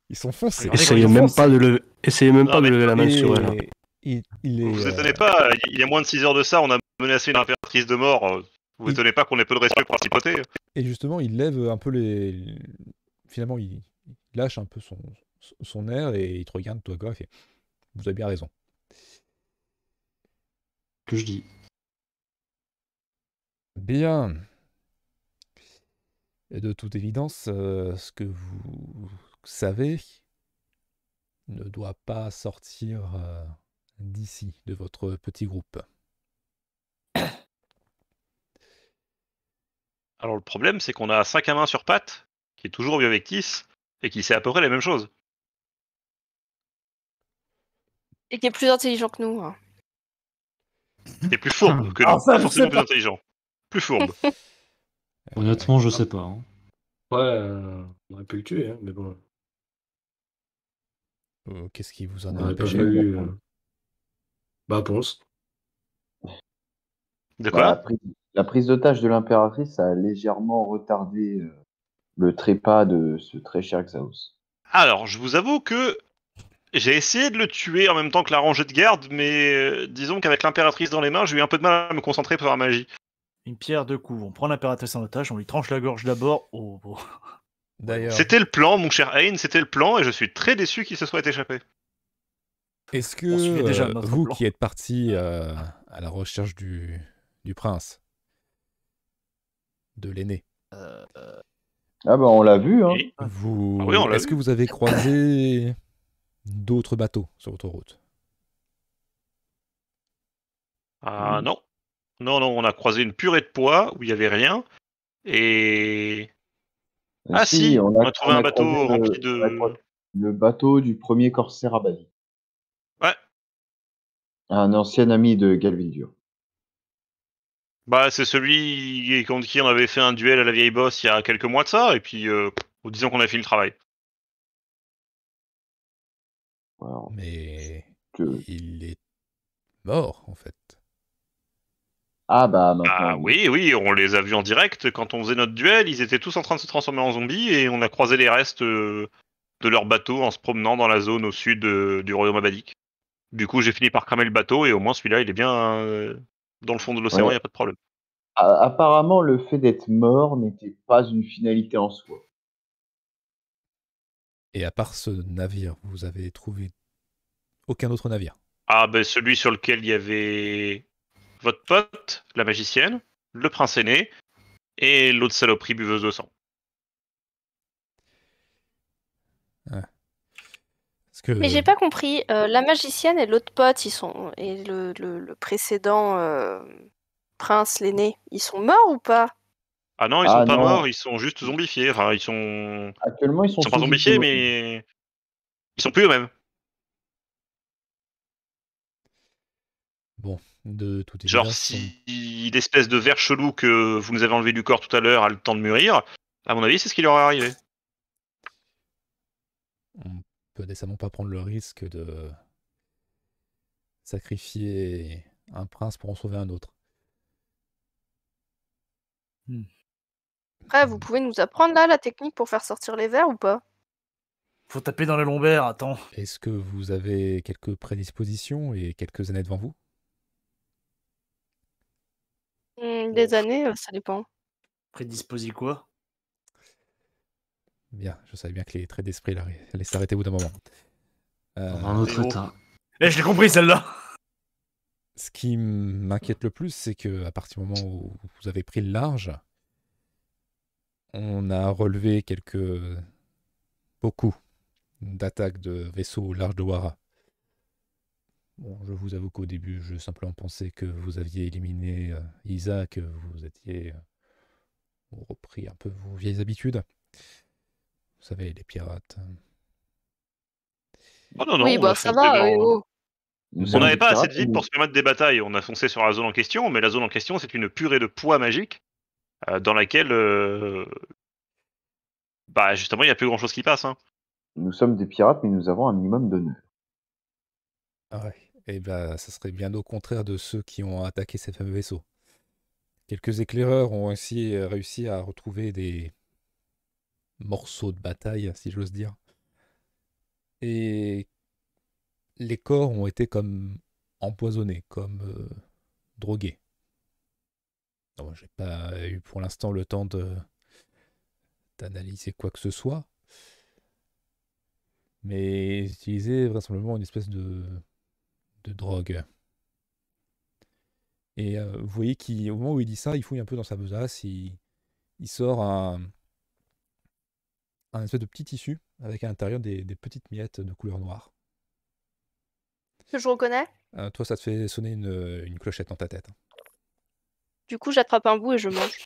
S4: Ils sont foncés.
S6: Regardez
S10: Essayez
S6: comme ils
S10: même
S6: font,
S10: pas de lever, essayez même
S3: Non,
S10: pas de
S3: mais-
S10: lever la main sur elle. hein.
S4: Et il, il est,
S3: Vous vous
S4: euh,
S3: étonnez pas, il y a moins de 6 heures de ça, on a menacé une impératrice de mort. Vous vous
S4: Il-
S3: étonnez pas qu'on ait peu de respect pour la principauté
S4: Et justement, il lève un peu les. Finalement, il il lâche un peu son, son air et il te regarde, toi, quoi, et fait Vous avez bien raison.
S9: que je dis.
S4: Bien. Et de toute évidence, euh, ce que vous savez ne doit pas sortir euh, d'ici, de votre petit groupe.
S3: Alors le problème, c'est qu'on a 5 à main sur pattes, qui est toujours vieux Vectis, et qui sait à peu près la même chose.
S2: Et qui est plus intelligent que nous. hein.
S5: Euh.
S3: Et plus fourbe que nous.
S7: Ah, ça, je
S3: forcément
S7: sais
S3: plus
S7: pas.
S3: intelligent. Plus fourbe.
S9: Honnêtement,
S5: Euh,
S9: je sais pas. hein.
S5: Ouais, euh, on aurait pu le tuer, hein, mais bon.
S4: Euh, Qu'est-ce qui vous en
S5: On
S4: a
S5: aurait pas
S4: empêché
S5: eu. euh, Bah, pense.
S3: De
S1: Bah, la,
S3: quoi
S1: prise, la prise d'otage de l'impératrice a légèrement retardé euh, le trépas de ce très cher Xaos.
S3: Alors, je vous avoue que j'ai essayé de le tuer en même temps que la rangée de garde, mais euh, disons qu'avec l'impératrice dans les mains, j'ai eu un peu de mal à me concentrer pour la magie.
S6: Une pierre deux coups. On prend l'impératrice en otage, on lui tranche la gorge d'abord. Oh, oh.
S4: D'ailleurs,
S3: C'était le plan, mon cher Hein, c'était le plan, et je suis très déçu qu'il se soit échappé.
S4: est-ce que
S6: on suivait déjà
S4: euh,
S6: notre
S4: vous
S6: plan.
S4: qui êtes parti euh, à la recherche du, du prince, de l'aîné,
S1: Ah bah on l'a vu, hein.
S3: Et-
S4: vous,
S3: Ah oui, on l'a
S4: est-ce
S3: vu.
S4: que vous avez croisé d'autres bateaux sur l'autoroute
S3: Ah non. Non, non, on a croisé une purée de pois où il n'y avait rien. Et. Ah si, on a trouvé un bateau
S1: croisé le-
S3: rempli de-
S1: on a croisé Le bateau du premier corsaire à Bali.
S3: Ouais.
S1: Un ancien ami de Galvildur.
S3: Bah, c'est celui contre qui on avait fait un duel à la vieille bosse il y a quelques mois de ça, et puis, euh, disons qu'on a fini le travail.
S1: Alors,
S4: Mais
S1: que-
S4: il est mort, en fait.
S1: Ah bah maintenant.
S3: Ah oui, oui, on les a vus en direct. Quand on faisait notre duel, ils étaient tous en train de se transformer en zombies et on a croisé les restes euh, de leur bateau en se promenant dans la zone au sud euh, du royaume abadique. Du coup, j'ai fini par cramer le bateau et au moins celui-là, il est bien euh, dans le fond de l'océan, il
S1: Ouais.
S3: n'y a pas de problème.
S1: A- Apparemment, le fait d'être mort n'était pas une finalité en soi.
S4: Et à part ce navire, vous avez trouvé aucun autre navire.
S3: Ah ben celui sur lequel il y avait votre pote, la magicienne, le prince aîné et l'autre saloperie buveuse de sang.
S4: Parce que...
S2: Mais j'ai pas compris. euh, la magicienne et l'autre pote, ils sont. Et le, le- le précédent euh, prince, l'aîné, ils sont morts ou pas
S3: Ah non, ils
S1: Ah
S3: sont pas
S1: non.
S3: morts, ils sont juste zombifiés. Enfin, ils sont,
S1: Actuellement, ils sont,
S3: ils sont pas
S1: sous-
S3: zombifiés, mais ils sont plus eux-mêmes.
S4: De tout évidence,
S3: Genre
S4: on-
S1: hein.
S3: si l'espèce de verre chelou que vous nous avez enlevé du corps tout à l'heure a le temps de mûrir, à mon avis c'est ce qui leur est arrivé.
S4: on peut décemment pas prendre le risque de sacrifier un prince pour en sauver un autre.
S2: Après, vous pouvez nous apprendre là la technique pour faire sortir les verres ou pas
S6: Faut taper dans les lombaires, attends.
S4: Est-ce que vous avez quelques prédispositions et quelques années devant vous
S2: Hmm, Les années, euh, ça dépend.
S6: Prédisposé quoi
S4: Bien, je savais bien que les traits d'esprit là, allaient s'arrêter au bout d'un moment. Euh,
S9: Dans un autre
S3: Théo.
S9: état.
S6: Eh, je l'ai compris celle-là
S4: ce qui m'inquiète le plus, c'est que à partir du moment où vous avez pris le large, on a relevé quelques beaucoup d'attaques de vaisseaux au large de Wara. Bon, je vous avoue qu'au début, je simplement pensais que vous aviez éliminé euh, Isa, que vous étiez euh, repris un peu vos vieilles habitudes. Vous savez, les pirates. hein.
S3: Oh non, non,
S2: oui,
S3: on
S2: bah
S3: a
S2: ça
S3: foncé
S2: va.
S3: dans-
S2: euh, oh.
S1: Nous
S3: On
S1: sommes
S3: n'avait
S1: des
S3: pas assez de
S1: pirates,
S3: vie
S1: nous-
S3: pour se permettre des batailles, on a foncé sur la zone en question, mais la zone en question c'est une purée de poids magique euh, dans laquelle... euh, Bah justement il n'y a plus grand chose qui passe. Hein.
S1: Nous sommes des pirates, mais nous avons un minimum d'honneur.
S4: Ah ouais. Eh ben, ça serait bien au contraire de ceux qui ont attaqué ces fameux vaisseaux. Quelques éclaireurs ont ainsi euh, réussi à retrouver des morceaux de bataille, si j'ose dire. Et les corps ont été comme empoisonnés, comme euh, drogués. Non, j'ai pas eu pour l'instant le temps de d'analyser quoi que ce soit, mais utiliser vraisemblablement une espèce de de drogue. Et euh, vous voyez qu'au moment où il dit ça, il fouille un peu dans sa besace, il, il sort un, un espèce de petit tissu avec à l'intérieur des, des petites miettes de couleur noire.
S2: Que je reconnais.
S4: Euh, toi, ça te fait sonner une, une clochette dans ta tête. hein.
S2: Du coup, j'attrape un bout et je mange.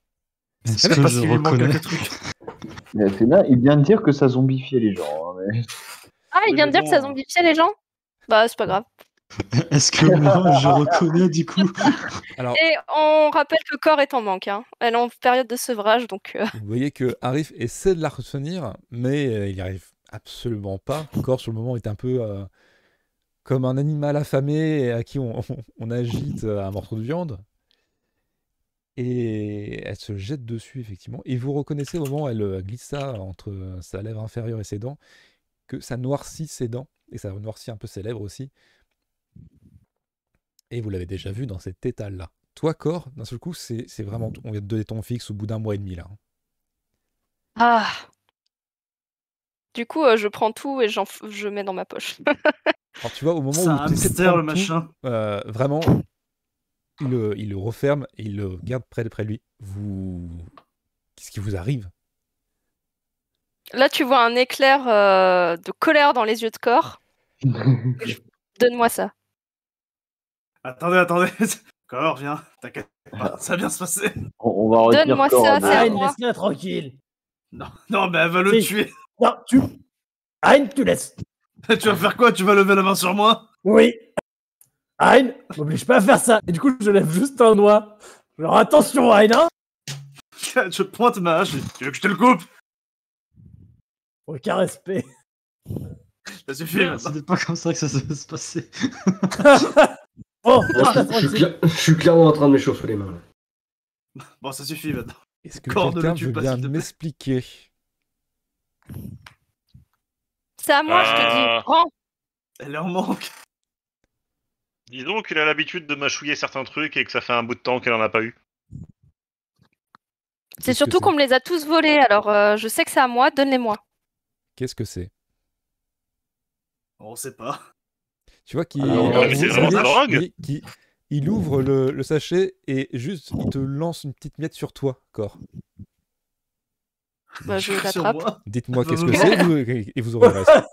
S8: Est-ce
S6: Eh ben, Parce
S8: que je
S6: qu'il lui manque
S8: reconnais
S6: quelques trucs.
S1: Mais c'est là, il vient de dire que ça zombifiait les gens. hein, mais-
S2: Ah, il
S5: Oui,
S2: vient
S5: mais
S2: de dire que ça
S5: bon, euh.
S2: zombifiait les gens Bah, c'est pas grave.
S8: Est-ce que moi je reconnais du coup
S4: Alors,
S2: Et on rappelle que corps est en manque. Hein. Elle est en période de sevrage, donc. euh,
S4: vous voyez que Arif essaie de la retenir, mais euh, il n'y arrive absolument pas. Le corps, sur le moment, est un peu euh, comme un animal affamé à qui on, on agite euh, un morceau de viande. Et elle se jette dessus, effectivement. Et vous reconnaissez au moment où elle euh, glisse ça entre euh, sa lèvre inférieure et ses dents, que ça noircit ses dents, et ça noircit un peu ses lèvres aussi. Et vous l'avez déjà vu dans cet état-là. Toi, corps, d'un seul coup, c'est c'est vraiment. On vient de donner ton fixe au bout d'un mois et demi, là. hein.
S2: Ah. Du coup, euh, je prends tout et j'en f- je mets dans ma poche.
S4: Alors, tu vois, au moment
S6: C'est un
S4: où t'essaies de
S6: hamster,
S4: prendre
S6: le
S4: tout,
S6: machin.
S4: euh, vraiment, il le, il le referme et il le garde près de près de lui. Vous. Qu'est-ce qui vous arrive
S2: Là, tu vois un éclair euh, de colère dans les yeux de corps. Donne-moi ça.
S6: Attendez, attendez. Corps, viens. T'inquiète pas, ça va bien se passer.
S1: On, on va retenir
S2: Donne-moi
S1: corps
S2: ça,
S1: à deux.
S2: c'est à
S7: Aïn,
S2: moi.
S7: Ah, laisse-la tranquille.
S6: Non, mais elle va le
S7: Si.
S6: tuer.
S7: Non, tu. Aïn, tu laisses.
S6: tu vas faire quoi Tu vas lever la main sur moi
S7: Oui. Aïn, m'oblige pas à faire ça. Et du coup, je lève juste un doigt. Alors attention, Aïn, hein.
S6: Je pointe ma hache. Tu veux que je te le coupe
S7: Aucun respect.
S6: Ça suffit. maintenant.
S9: C'était pas comme ça que ça se se passait.
S7: Bon,
S6: Oh,
S5: Moi, je, je suis cla- je suis clairement en train de m'échauffer les mains. là.
S6: Bon, ça suffit maintenant.
S4: Est-ce que
S6: Corps, ne le
S4: quelqu'un
S6: tue
S4: veut
S6: pas,
S4: bien
S6: s'il te plaît.
S4: m'expliquer
S2: C'est à moi, je te
S3: Ah.
S2: dis. Prends.
S6: Elle est en manque.
S3: Dis donc, il a l'habitude de mâchouiller certains trucs et que ça fait un bout de temps qu'elle en a pas eu.
S2: C'est
S4: Qu'est-ce que
S2: surtout qu'on me les a tous volés, alors euh, je sais que c'est à moi, donne-les-moi.
S4: Qu'est-ce que c'est
S6: On sait pas.
S4: Tu vois qu'il
S6: Ah non,
S4: alors,
S3: mais
S4: vous
S3: euh, c'est
S4: le
S3: vraiment de la
S4: savez,
S3: drogue.
S4: il- qu'il- il ouvre le, le sachet et juste il te lance une petite miette sur toi, corps.
S2: Bah, je
S6: Sur
S2: l'attrape.
S6: moi.
S4: Dites-moi
S6: Bah,
S4: qu'est-ce
S6: bah,
S4: que
S6: bah.
S4: c'est vous- et vous aurez le reste.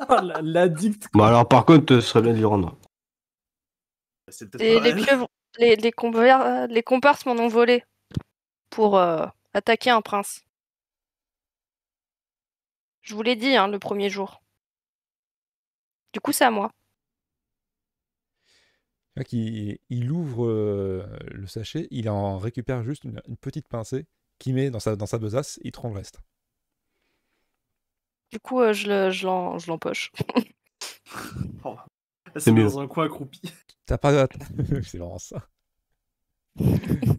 S7: Ah, la- L'addict.
S10: Bah alors par contre, ce serait bien de lui rendre.
S6: C'est peut-être
S2: Les,
S6: pas
S2: les
S6: elle.
S2: pieuvres, les, les, conver- les comparses m'en ont volé pour euh, attaquer un prince. Je vous l'ai dit hein, le premier jour. Du coup, c'est à moi.
S4: Tu vois qu'il- il ouvre euh, le sachet, il en récupère juste une, une petite pincée qu'il met dans sa, dans sa besace, il te rend le reste.
S2: Du coup, euh, je le- je l'en- je l'empoche.
S6: Elle
S10: C'est
S6: s'est
S10: mieux.
S6: dans un coin accroupi.
S4: T'as pas. C'est vraiment ça.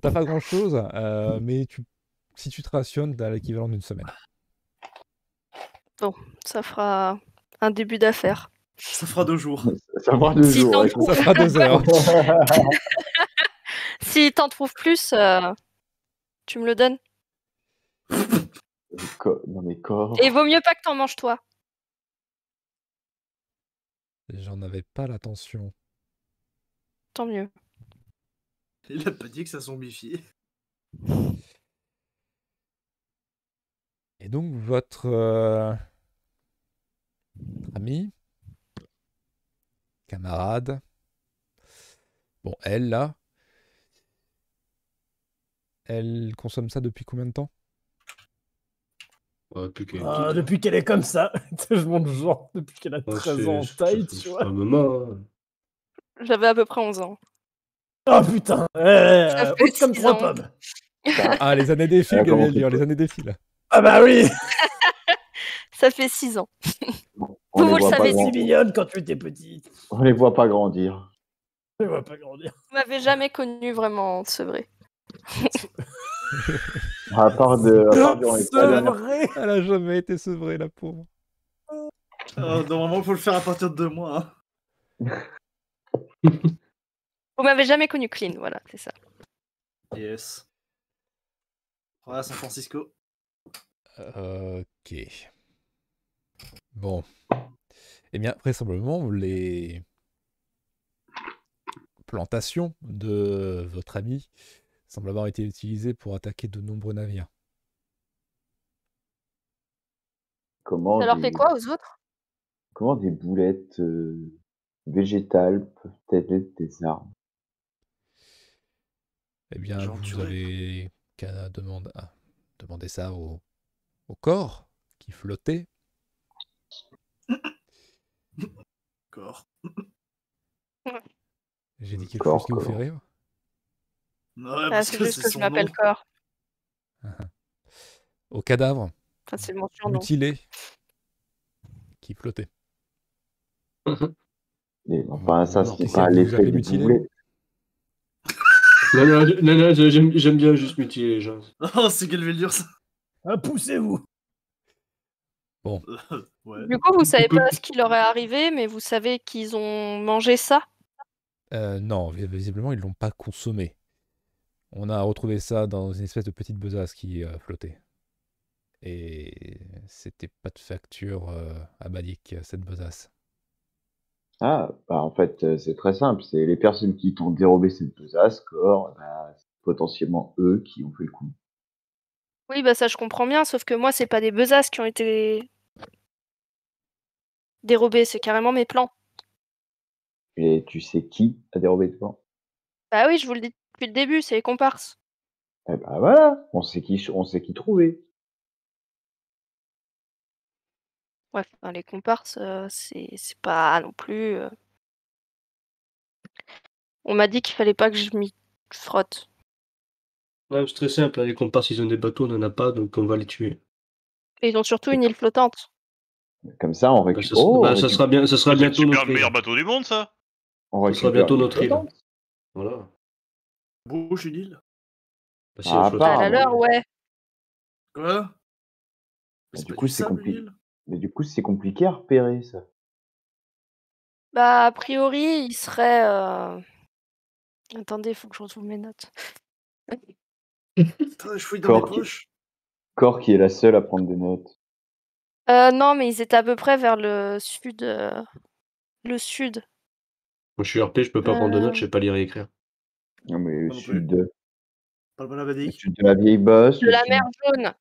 S4: T'as pas grand chose, mais tu, si tu te rationnes, t'as l'équivalent d'une semaine.
S2: Ça fera un début d'affaire.
S6: Ça fera deux jours.
S1: Ça prend deux
S2: Si t'en
S1: jours. ouais.
S2: trouves-
S4: Ça fera deux heures.
S2: Si t'en trouves plus, euh, tu me le donnes.
S1: Co- non mais
S6: Oh.
S1: corps.
S2: Et vaut mieux pas que t'en manges toi.
S4: J'en avais pas l'attention.
S2: Tant mieux.
S6: Il a pas dit que ça zombifie.
S4: Et donc, votre euh, ami, camarade, bon, elle là, elle consomme ça depuis combien de temps
S5: Ouais, plus qu'une
S7: Ah,
S5: petite.
S7: depuis qu'elle est comme ça, je monte genre depuis qu'elle
S6: Oh,
S7: a
S5: Ouais,
S7: 13
S5: c'est-
S7: ans en
S5: c'est-
S7: taille,
S5: c'est-
S7: tu
S5: c'est
S7: vois.
S5: un moment. hein.
S2: J'avais à peu près 11 ans.
S7: Oh putain, euh,
S2: Ça fait
S7: haute comme
S2: six
S7: trois
S2: ans.
S7: pommes.
S4: Ah, les années défilent,
S1: Elle a
S4: Gabriel,
S1: commencé
S4: Lyon, les années défilent.
S7: Ah bah oui,
S2: Ça fait 6 ans.
S1: On
S2: vous
S1: les
S2: le
S1: voit pas
S2: savez,
S7: t'es
S2: bon.
S1: grand-
S7: si Oh, mignonne quand tu étais petite.
S1: on les voit pas grandir.
S7: Je vois pas grandir.
S2: Vous m'avez jamais connu vraiment, c'est vrai.
S1: À part de. À part durant les
S7: C'est
S1: périodes-
S7: vrai.
S4: Elle a jamais été sevrée, la pauvre.
S6: Euh, normalement, faut le faire à partir de deux mois. hein.
S2: Vous m'avez jamais connu clean, voilà, c'est ça.
S6: Yes. Voilà, San Francisco.
S4: Ok. Bon. Eh bien, vraisemblablement, les plantations de votre ami semblent avoir été utilisées pour attaquer de nombreux navires.
S1: Comment
S2: Ça leur
S1: des-
S2: fait quoi aux autres
S1: Comment des boulettes euh, végétales peuvent-elles être des armes
S4: Eh bien,
S6: J'en
S4: vous
S6: tuerai.
S4: avez qu'à demander, à demander ça au, au corps qui flottait.
S6: Corps.
S4: J'ai
S1: Le
S4: dit quelque
S1: corps,
S4: chose qui vous fait
S1: corps.
S4: rire.
S6: Ouais,
S2: Ah,
S6: parce
S2: C'est
S6: que
S2: juste
S6: c'est
S2: que je
S6: son
S2: m'appelle
S6: nom.
S2: corps.
S4: Au cadavre
S2: Enfin, c'est mon surnom.
S4: mutilé qui flottait.
S1: Les- Enfin, ça,
S4: Non,
S1: c'est
S4: qu'est-ce
S1: pas
S4: que vous
S1: l'effet
S4: appelez
S1: des
S4: mutilé
S1: boulettes.
S5: Non, non, je- non, non, je- j'aime j'aime bien juste mutiler les gens.
S6: Oh, c'est quelle ville dure ça.
S7: Ah, Poussez-vous.
S6: Ouais.
S2: Du coup, vous savez
S5: peut-
S2: pas ce qui leur est arrivé, mais vous savez qu'ils ont mangé ça
S4: Euh, non, vi- visiblement, ils l'ont pas consommé. On a retrouvé ça dans une espèce de petite besace qui euh, flottait. Et c'était pas de facture euh, à Balik, cette besace.
S1: Ah, bah en fait, euh, c'est très simple. C'est les personnes qui t'ont dérobé cette besace, corps, bah, c'est potentiellement eux qui ont fait le coup.
S2: Oui, bah ça je comprends bien, sauf que moi c'est pas des besaces qui ont été dérobés, c'est carrément mes plans.
S1: Et tu sais qui a dérobé devant
S2: Bah oui, je vous le dis depuis le début, c'est les comparses.
S1: Eh bah voilà, on sait qui, on sait qui trouver.
S2: Ouais, enfin, les comparses, euh, c'est c'est pas non plus. euh. On m'a dit qu'il fallait pas que je m'y frotte.
S5: Ouais, c'est très simple, hein, les comparses, ils ont des bateaux, on n'en a pas, donc on va les tuer.
S2: Et ils ont surtout une île flottante.
S1: Comme ça, on
S5: Bah,
S1: récupère.
S5: ça, sera-
S1: oh, on
S5: bah, ça
S1: récup-
S5: sera bien, ça sera
S3: C'est le
S5: bientôt
S3: super
S5: notre île.
S3: meilleur bateau du monde, ça
S1: on
S5: Ça sera
S1: récupère
S5: bientôt
S1: une
S5: notre île.
S1: flottante.
S5: Voilà.
S6: Bouche une île.
S5: Bah, si,
S1: Ah,
S5: elle flotte.
S1: bah,
S2: Bah, la leur, ouais.
S6: Quoi
S1: Bah,
S6: C'est
S1: du
S6: pas
S1: coup,
S6: du
S1: c'est
S6: sable,
S1: compliqué.
S6: l'île
S1: Mais du coup, c'est compliqué à repérer ça.
S2: Bah, a priori, il serait. euh, Attendez, faut que je retrouve mes notes.
S6: Putain, je fouille dans
S1: Cork.
S6: mes poches.
S1: Corps qui est la seule à prendre des notes.
S2: Euh, non, mais ils étaient à peu près vers le sud. euh, Le sud.
S5: Moi, je suis RP, je peux pas prendre de notes,
S2: Euh.
S5: je sais pas lire et écrire.
S1: Non mais le
S6: Non plus.
S1: sud, le
S6: Pas le bon abadi.
S1: sud de la vieille bosse.
S2: De
S1: le
S2: la
S1: sud-
S2: mer jaune.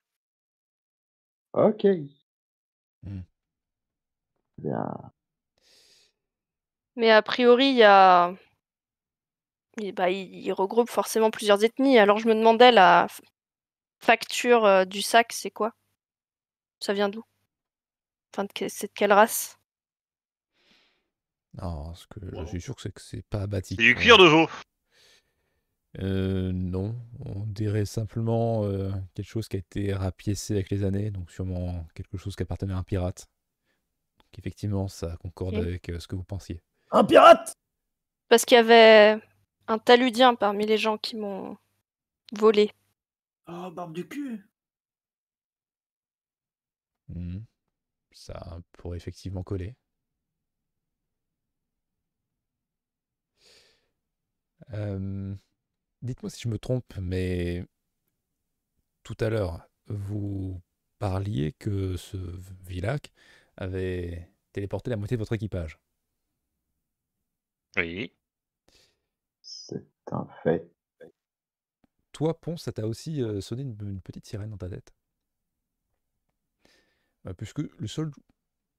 S1: Ok.
S4: Hmm.
S1: Bien.
S2: Mais a priori, il y a. il- bah, il, il regroupe forcément plusieurs ethnies. Alors je me demandais la f- facture euh, du sac, c'est quoi Ça vient d'où Enfin, de que- c'est de quelle race
S4: Non, ce que
S5: Wow.
S4: je suis sûr que c'est que c'est pas Batik.
S3: C'est du cuir de veau.
S4: Euh, non, on dirait simplement euh, quelque chose qui a été rapiécé avec les années, donc sûrement quelque chose qui appartenait à un pirate. Donc effectivement, ça concorde
S2: Ok.
S4: avec euh, ce que vous pensiez.
S7: Un pirate
S2: Parce qu'il y avait un taludien parmi les gens qui m'ont volé.
S6: Oh, barbe du cul.
S4: Mhm. Ça pourrait effectivement coller. Euh, dites-moi si je me trompe, mais tout à l'heure, vous parliez que ce Vilac avait téléporté la moitié de votre équipage.
S3: Oui.
S1: C'est un fait.
S4: Toi, Ponce, ça t'a aussi euh, sonné une, une petite sirène dans ta tête. Euh, puisque la seule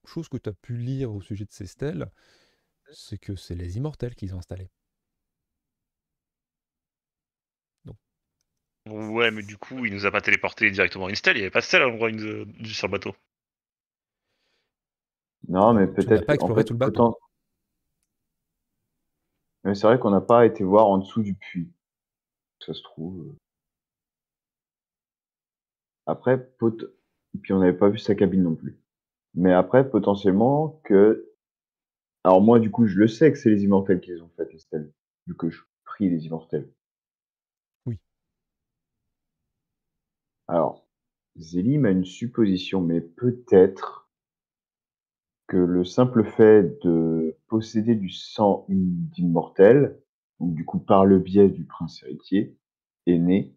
S4: chose que tu as pu lire au sujet de ces stèles,
S2: Mmh.
S4: c'est que c'est les immortels qu'ils ont installés.
S3: Ouais, mais du coup, il nous a pas téléporté directement à une stèle. Il y avait pas de stèle à l'endroit où il nous a- du- sur le bateau.
S1: Non mais
S4: Tu n'as
S1: peut-être.
S4: pas exploré tout le bateau.
S1: autant- Mais c'est vrai qu'on n'a pas été voir en dessous du puits. Ça se trouve. euh. Après, pot... et puis on n'avait pas vu sa cabine non plus. Mais après, potentiellement que. Alors moi, du coup, je le sais que c'est les immortels qui les ont faites, les stèles, vu que je prie les immortels.
S4: Oui.
S1: Alors, Zélim a une supposition, mais peut-être que le simple fait de posséder du sang im- d'immortel, donc du coup par le biais du prince héritier, est né.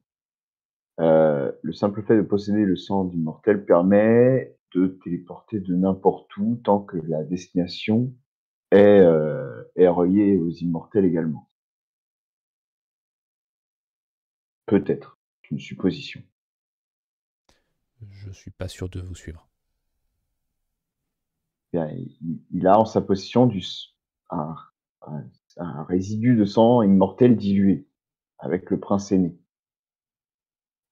S1: Euh, le simple fait de posséder le sang d'immortel permet de téléporter de n'importe où tant que la destination est, euh, est reliée aux immortels également. Peut-être, c'est une supposition.
S4: Je suis pas sûr de vous suivre.
S1: Bien, il, il a en sa possession du, s- un, un- un résidu de sang immortel dilué avec le prince aîné.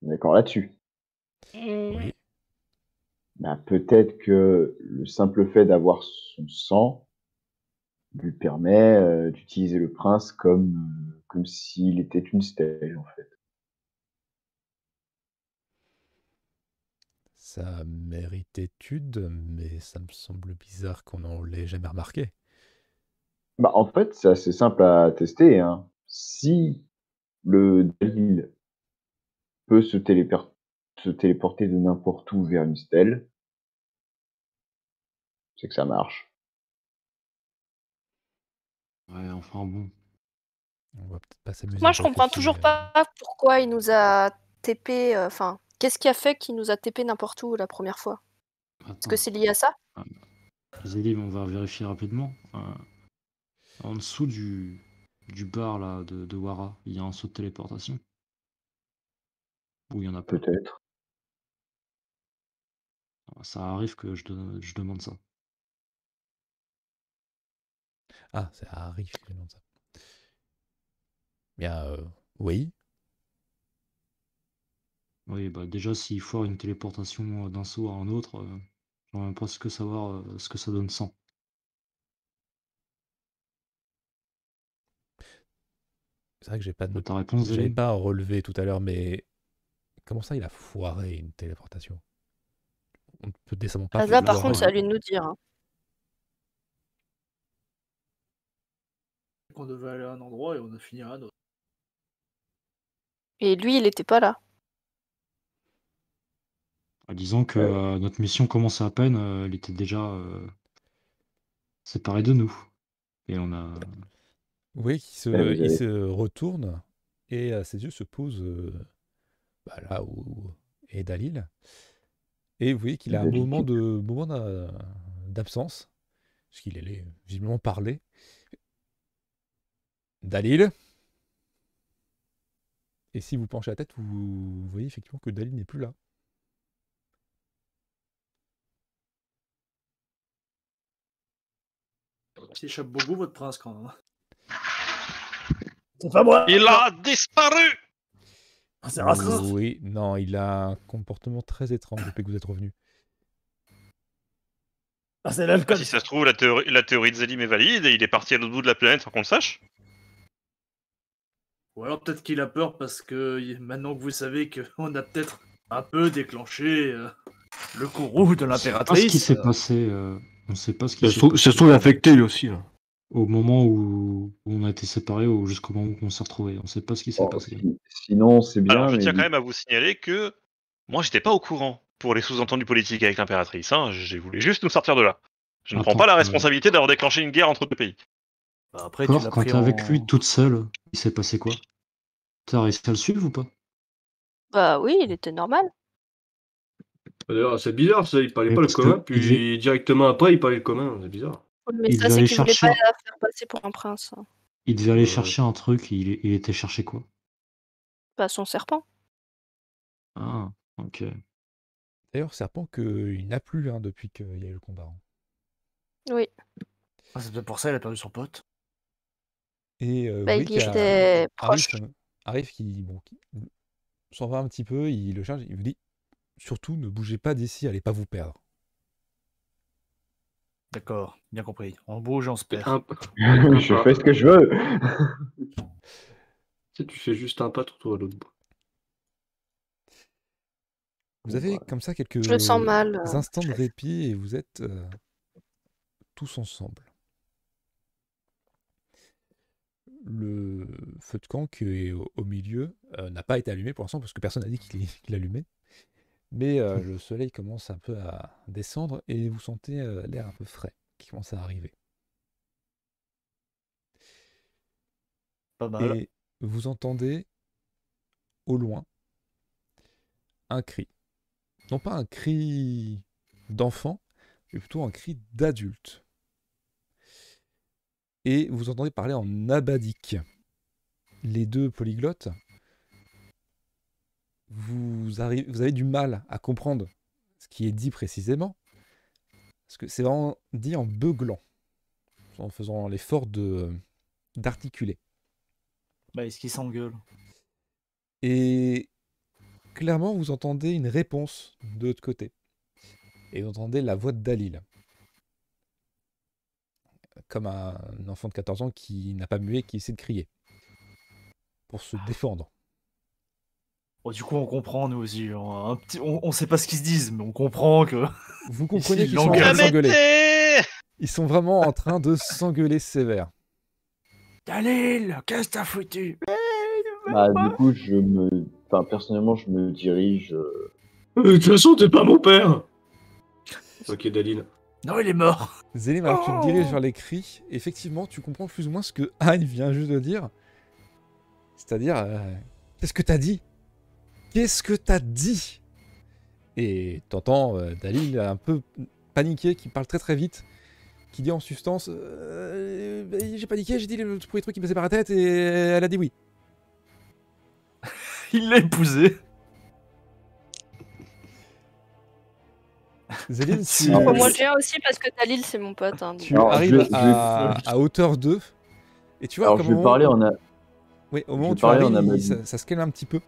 S1: On est D'accord là-dessus.
S4: Oui.
S1: Bah, peut-être que le simple fait d'avoir son sang lui permet euh, d'utiliser le prince comme, euh, comme s'il était une stèle, en fait.
S4: Ça mérite étude, mais ça me semble bizarre qu'on n'en l'ait jamais remarqué.
S1: Bah, en fait, c'est assez simple à tester. hein. Si le Dalil peut se, télépor- se téléporter de n'importe où vers une stèle, c'est que ça marche.
S9: Ouais, enfin bon.
S4: On va peut-être pas s'amuser.
S2: Moi, je
S4: à
S2: comprends
S4: réfléchir,
S2: toujours
S4: euh,
S2: pas pourquoi il nous a TP. euh, Enfin, qu'est-ce qui a fait qu'il nous a TP n'importe où la première fois Est-ce que c'est lié à ça
S9: Zélim, on va vérifier rapidement. Euh, en dessous du, du bar là, de, de Wara, il y a un saut de téléportation. Ou il y en a pas.
S1: Peut-être.
S9: Ça arrive que je, de- je demande ça.
S4: Ah, ça arrive. je demande ça. Bien, euh, oui.
S9: Oui, bah déjà, s'il foire une téléportation euh, d'un saut à un autre, euh, j'aimerais même presque savoir euh, ce que ça donne sans.
S4: C'est vrai que j'ai pas de
S9: Ta réponse,
S4: J'avais
S9: Zélim
S4: pas relevé tout à l'heure, mais comment ça, il a foiré une téléportation On ne peut décemment pas.
S2: Ah, Là, par
S4: foirer
S2: contre, c'est à lui de nous dire. hein.
S6: On devait aller à un endroit et on a fini à un autre.
S2: Et lui, il était pas là.
S9: Ah, Disons que euh, notre mission commençait à peine, euh, elle était déjà euh, séparée de nous. Et on a.
S4: Vous voyez qu'il se,
S2: Ah,
S9: Ouais, vous
S4: il
S9: avez-
S4: se retourne et euh, ses yeux se posent euh, bah, là où est Dalil. Et vous voyez qu'il a un
S1: Dalil.
S4: moment de moment d'a- d'absence, parce qu'il allait visiblement parler. Dalil Et si vous penchez la tête, vous voyez effectivement que Dalil n'est plus là.
S6: Petit échappe beaucoup, votre prince, quand même. C'est
S3: Il a disparu
S7: Ah,
S6: C'est raciste
S4: Oui, non, il a un comportement très étrange depuis que vous êtes revenu.
S7: Ah, c'est l'alcool.
S3: Si ça se trouve, la théorie, la théorie de Zélim est valide et il est parti à l'autre bout de la planète sans qu'on le sache.
S6: Ou alors peut-être qu'il a peur parce que y- maintenant que vous savez qu'on a peut-être un peu déclenché euh, le courroux de
S9: Pas ce qui
S6: l'impératrice.
S9: s'est passé, euh, on sait pas ce qui
S10: Ça
S9: s'est
S10: se trouve-
S9: passé.
S10: ça se trouve, il est affecté, lui aussi, là.
S9: Au moment où où on a été séparés ou jusqu'au moment où on s'est retrouvés, on sait pas ce qui s'est
S6: Oh,
S1: Bon,
S9: passé.
S1: si- sinon, c'est bien.
S3: Alors, je
S1: mais
S3: tiens quand même à vous signaler que moi, j'étais pas au courant pour les sous-entendus politiques avec l'impératrice. Hein. J'ai voulu juste nous sortir de là. Je ne prends
S9: Attends,
S3: pas la
S9: euh,
S3: responsabilité d'avoir déclenché une guerre entre deux pays.
S6: Bah, après, tu
S9: Cor,
S6: l'as
S9: quand
S6: pris
S9: t'es
S6: en-
S9: avec lui toute seule, il s'est passé quoi T'as réussi à le suivre ou pas
S2: Bah oui, il était normal.
S5: Bah, D'ailleurs, c'est bizarre, ça, il parlait
S9: Mais
S5: pas le
S9: parce que
S5: commun, puis
S9: il
S5: directement après, il parlait le commun, c'est bizarre.
S2: Oui, Mais
S9: Il
S2: ça,
S9: veut
S2: c'est
S9: aller
S2: qu'il voulait pas
S9: chercher.
S2: la faire passer pour un prince. hein.
S9: Il devait
S6: Euh,
S9: aller chercher un truc, il, il était chercher quoi
S2: Bah, son serpent.
S9: Ah, ok.
S4: D'ailleurs, serpent qu'il n'a plus hein, depuis qu'il y a eu le combat. hein.
S2: Oui.
S6: Ah, c'est peut-être pour ça qu'il a perdu son pote.
S4: Et euh,
S2: Bah,
S4: vous voyez
S2: il
S4: qu'il y a-
S2: était
S4: Arif,
S2: proche.
S4: euh, Arif qui, bon, qui s'en va un petit peu, il le charge, il vous dit surtout ne bougez pas d'ici, allez pas vous perdre.
S6: D'accord, bien compris. En bouge, on se perd.
S5: Un-
S1: je fais ce que je veux.
S5: Tu sais, tu fais juste un pas, tu te retrouves à l'autre bout.
S4: Vous avez comme ça quelques
S2: Je le sens mal, euh,
S4: instants de
S2: chef.
S4: répit et vous êtes euh, tous ensemble. Le feu de camp qui est au, au milieu euh, n'a pas été allumé pour l'instant parce que personne n'a dit qu'il qu'il allumait. Mais euh, le soleil commence un peu à descendre et vous sentez euh, l'air un peu frais qui commence à arriver.
S6: Pas mal.
S4: Et vous entendez au loin un cri. Non pas un cri d'enfant, mais plutôt un cri d'adulte. Et vous entendez parler en abadique. Les deux polyglottes, vous, arri- vous avez du mal à comprendre ce qui est dit précisément, parce que c'est vraiment dit en beuglant, en faisant l'effort de d'articuler.
S6: Bah, est-ce qu'il s'engueule
S4: Et clairement, vous entendez une réponse de l'autre côté. Et vous entendez la voix de Dalil. Comme un enfant de 14 ans qui n'a pas mué, qui essaie de crier. Pour se défendre.
S6: Bon, Oh, Du coup, on comprend, nous aussi. On, un petit... on, on sait pas ce qu'ils se disent, mais on comprend que.
S4: Vous comprenez
S6: Ici,
S4: qu'ils sont en train
S6: l'engueule.
S4: de s'engueuler.
S3: Gameté
S4: Ils sont vraiment en train de s'engueuler sévère.
S6: Dalil, qu'est-ce que t'as foutu
S1: Bah, du coup, je me. Enfin, personnellement, je me dirige. euh,
S5: Euh, De toute façon, t'es pas mon père Ok, Dalil.
S6: Non, il est mort
S4: Zélim, alors que tu te diriges vers les cris, effectivement, tu comprends plus ou moins ce que Anne vient juste de dire. C'est-à-dire, euh, qu'est-ce que t'as dit Qu'est-ce que t'as dit Et t'entends euh, Dalil un peu paniqué, qui parle très très vite, qui dit en substance Euh, ben, J'ai paniqué, j'ai dit le premier truc qui me passait par la tête et elle a dit oui.
S6: Il l'a épousé.
S4: Zéline, tu,
S2: Bon, moi, je viens aussi parce que Dalil, c'est mon pote. hein, donc.
S4: tu
S1: Alors, je-
S4: arrives
S1: je-
S4: à, à hauteur 2 et tu vois
S1: Alors,
S4: comme
S1: je vais
S4: au
S1: parler
S4: moment-
S1: en, a-
S4: Oui,
S1: je
S4: au moment
S1: vais
S4: où tu
S1: parler
S4: arrives,
S1: en
S4: il-
S1: amazon.
S4: ça, ça se calme un petit peu.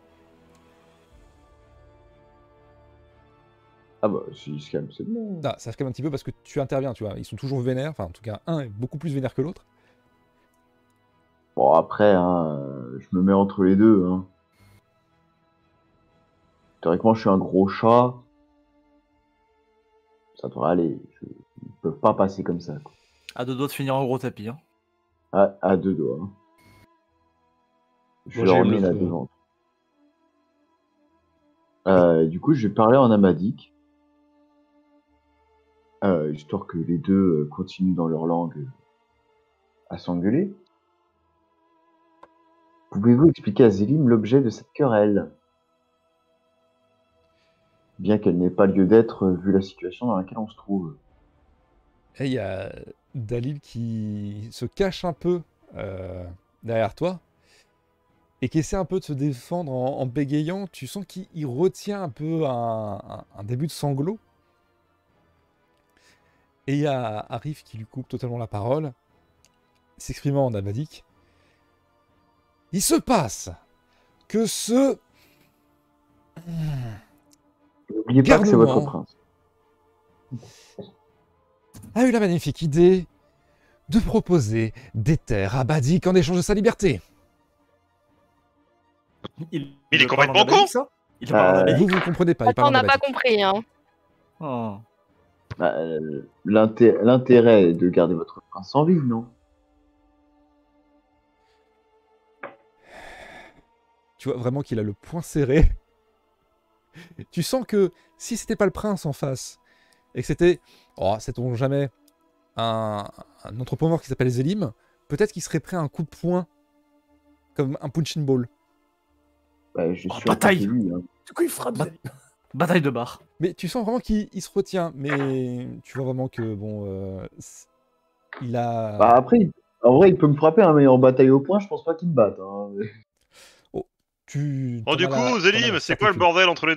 S1: Ah bah, si, il se calme, c'est bon.
S4: Ah, ça se calme un petit peu parce que tu interviens, tu vois. Ils sont toujours vénères, enfin en tout cas un est beaucoup plus vénère que l'autre.
S1: Bon, après, hein, euh, je me mets entre les deux. Hein. Théoriquement, je suis un gros chat. Ça devrait aller. Je... Ils peuvent pas passer comme ça. Quoi.
S6: À deux doigts de finir en gros tapis. hein.
S1: À, à deux doigts. hein. Je
S9: Moi,
S1: leur
S9: j'aime le
S1: mets la
S9: feu.
S1: devant. Euh, du coup, je vais parler en amadique. Euh, histoire que les deux euh, continuent dans leur langue euh, à s'engueuler. Pouvez-vous expliquer à Zélim l'objet de cette querelle Bien qu'elle n'ait pas lieu d'être euh, vu la situation dans laquelle on se trouve.
S4: Et il y a Dalil qui se cache un peu euh, derrière toi et qui essaie un peu de se défendre en, en bégayant. Tu sens qu'il il retient un peu un, un- un début de sanglot. Et il y a Arif qui lui coupe totalement la parole, s'exprimant en abadique. Il se passe que ce
S1: N'oubliez pas que c'est votre
S4: Garnement.
S1: prince.
S4: a eu la magnifique idée de proposer des terres à Badik en échange de sa liberté.
S6: Il,
S3: Il est
S6: parle
S3: complètement
S6: en abadique,
S3: con.
S6: ça Il parle en
S1: Euh,
S6: abadique
S4: Vous, vous comprenez pas. il
S2: Attends,
S4: parle
S2: on
S4: en
S2: n'a pas
S4: abadique.
S2: compris. Hein.
S6: Oh.
S1: Bah, euh, l'inté- L'intérêt est de garder votre prince en vie, non
S4: Tu vois vraiment qu'il a le poing serré. tu sens que si c'était pas le prince en face et que c'était, oh, sait-on jamais, un, un anthropomorphe qui s'appelle Zélim, peut-être qu'il serait prêt à un coup de poing comme un punching ball.
S1: Bah, je suis
S6: Oh,
S1: sûr que
S6: bataille.
S1: c'est lui, hein.
S7: Du coup, il frappe.
S6: Bah- Bataille de bar.
S4: Mais tu sens vraiment qu'il il se retient. Mais tu vois vraiment que bon, euh, c- il a.
S1: Bah, après, il- en vrai, il peut me frapper, hein, mais en bataille au point, je pense pas qu'il me batte. hein.
S4: tu.
S3: Bon,
S4: t'en
S3: du
S4: as la- t'en
S3: Oh, coup,
S4: as la
S3: Zélim, c'est quoi le
S4: certitude.
S3: bordel entre les deux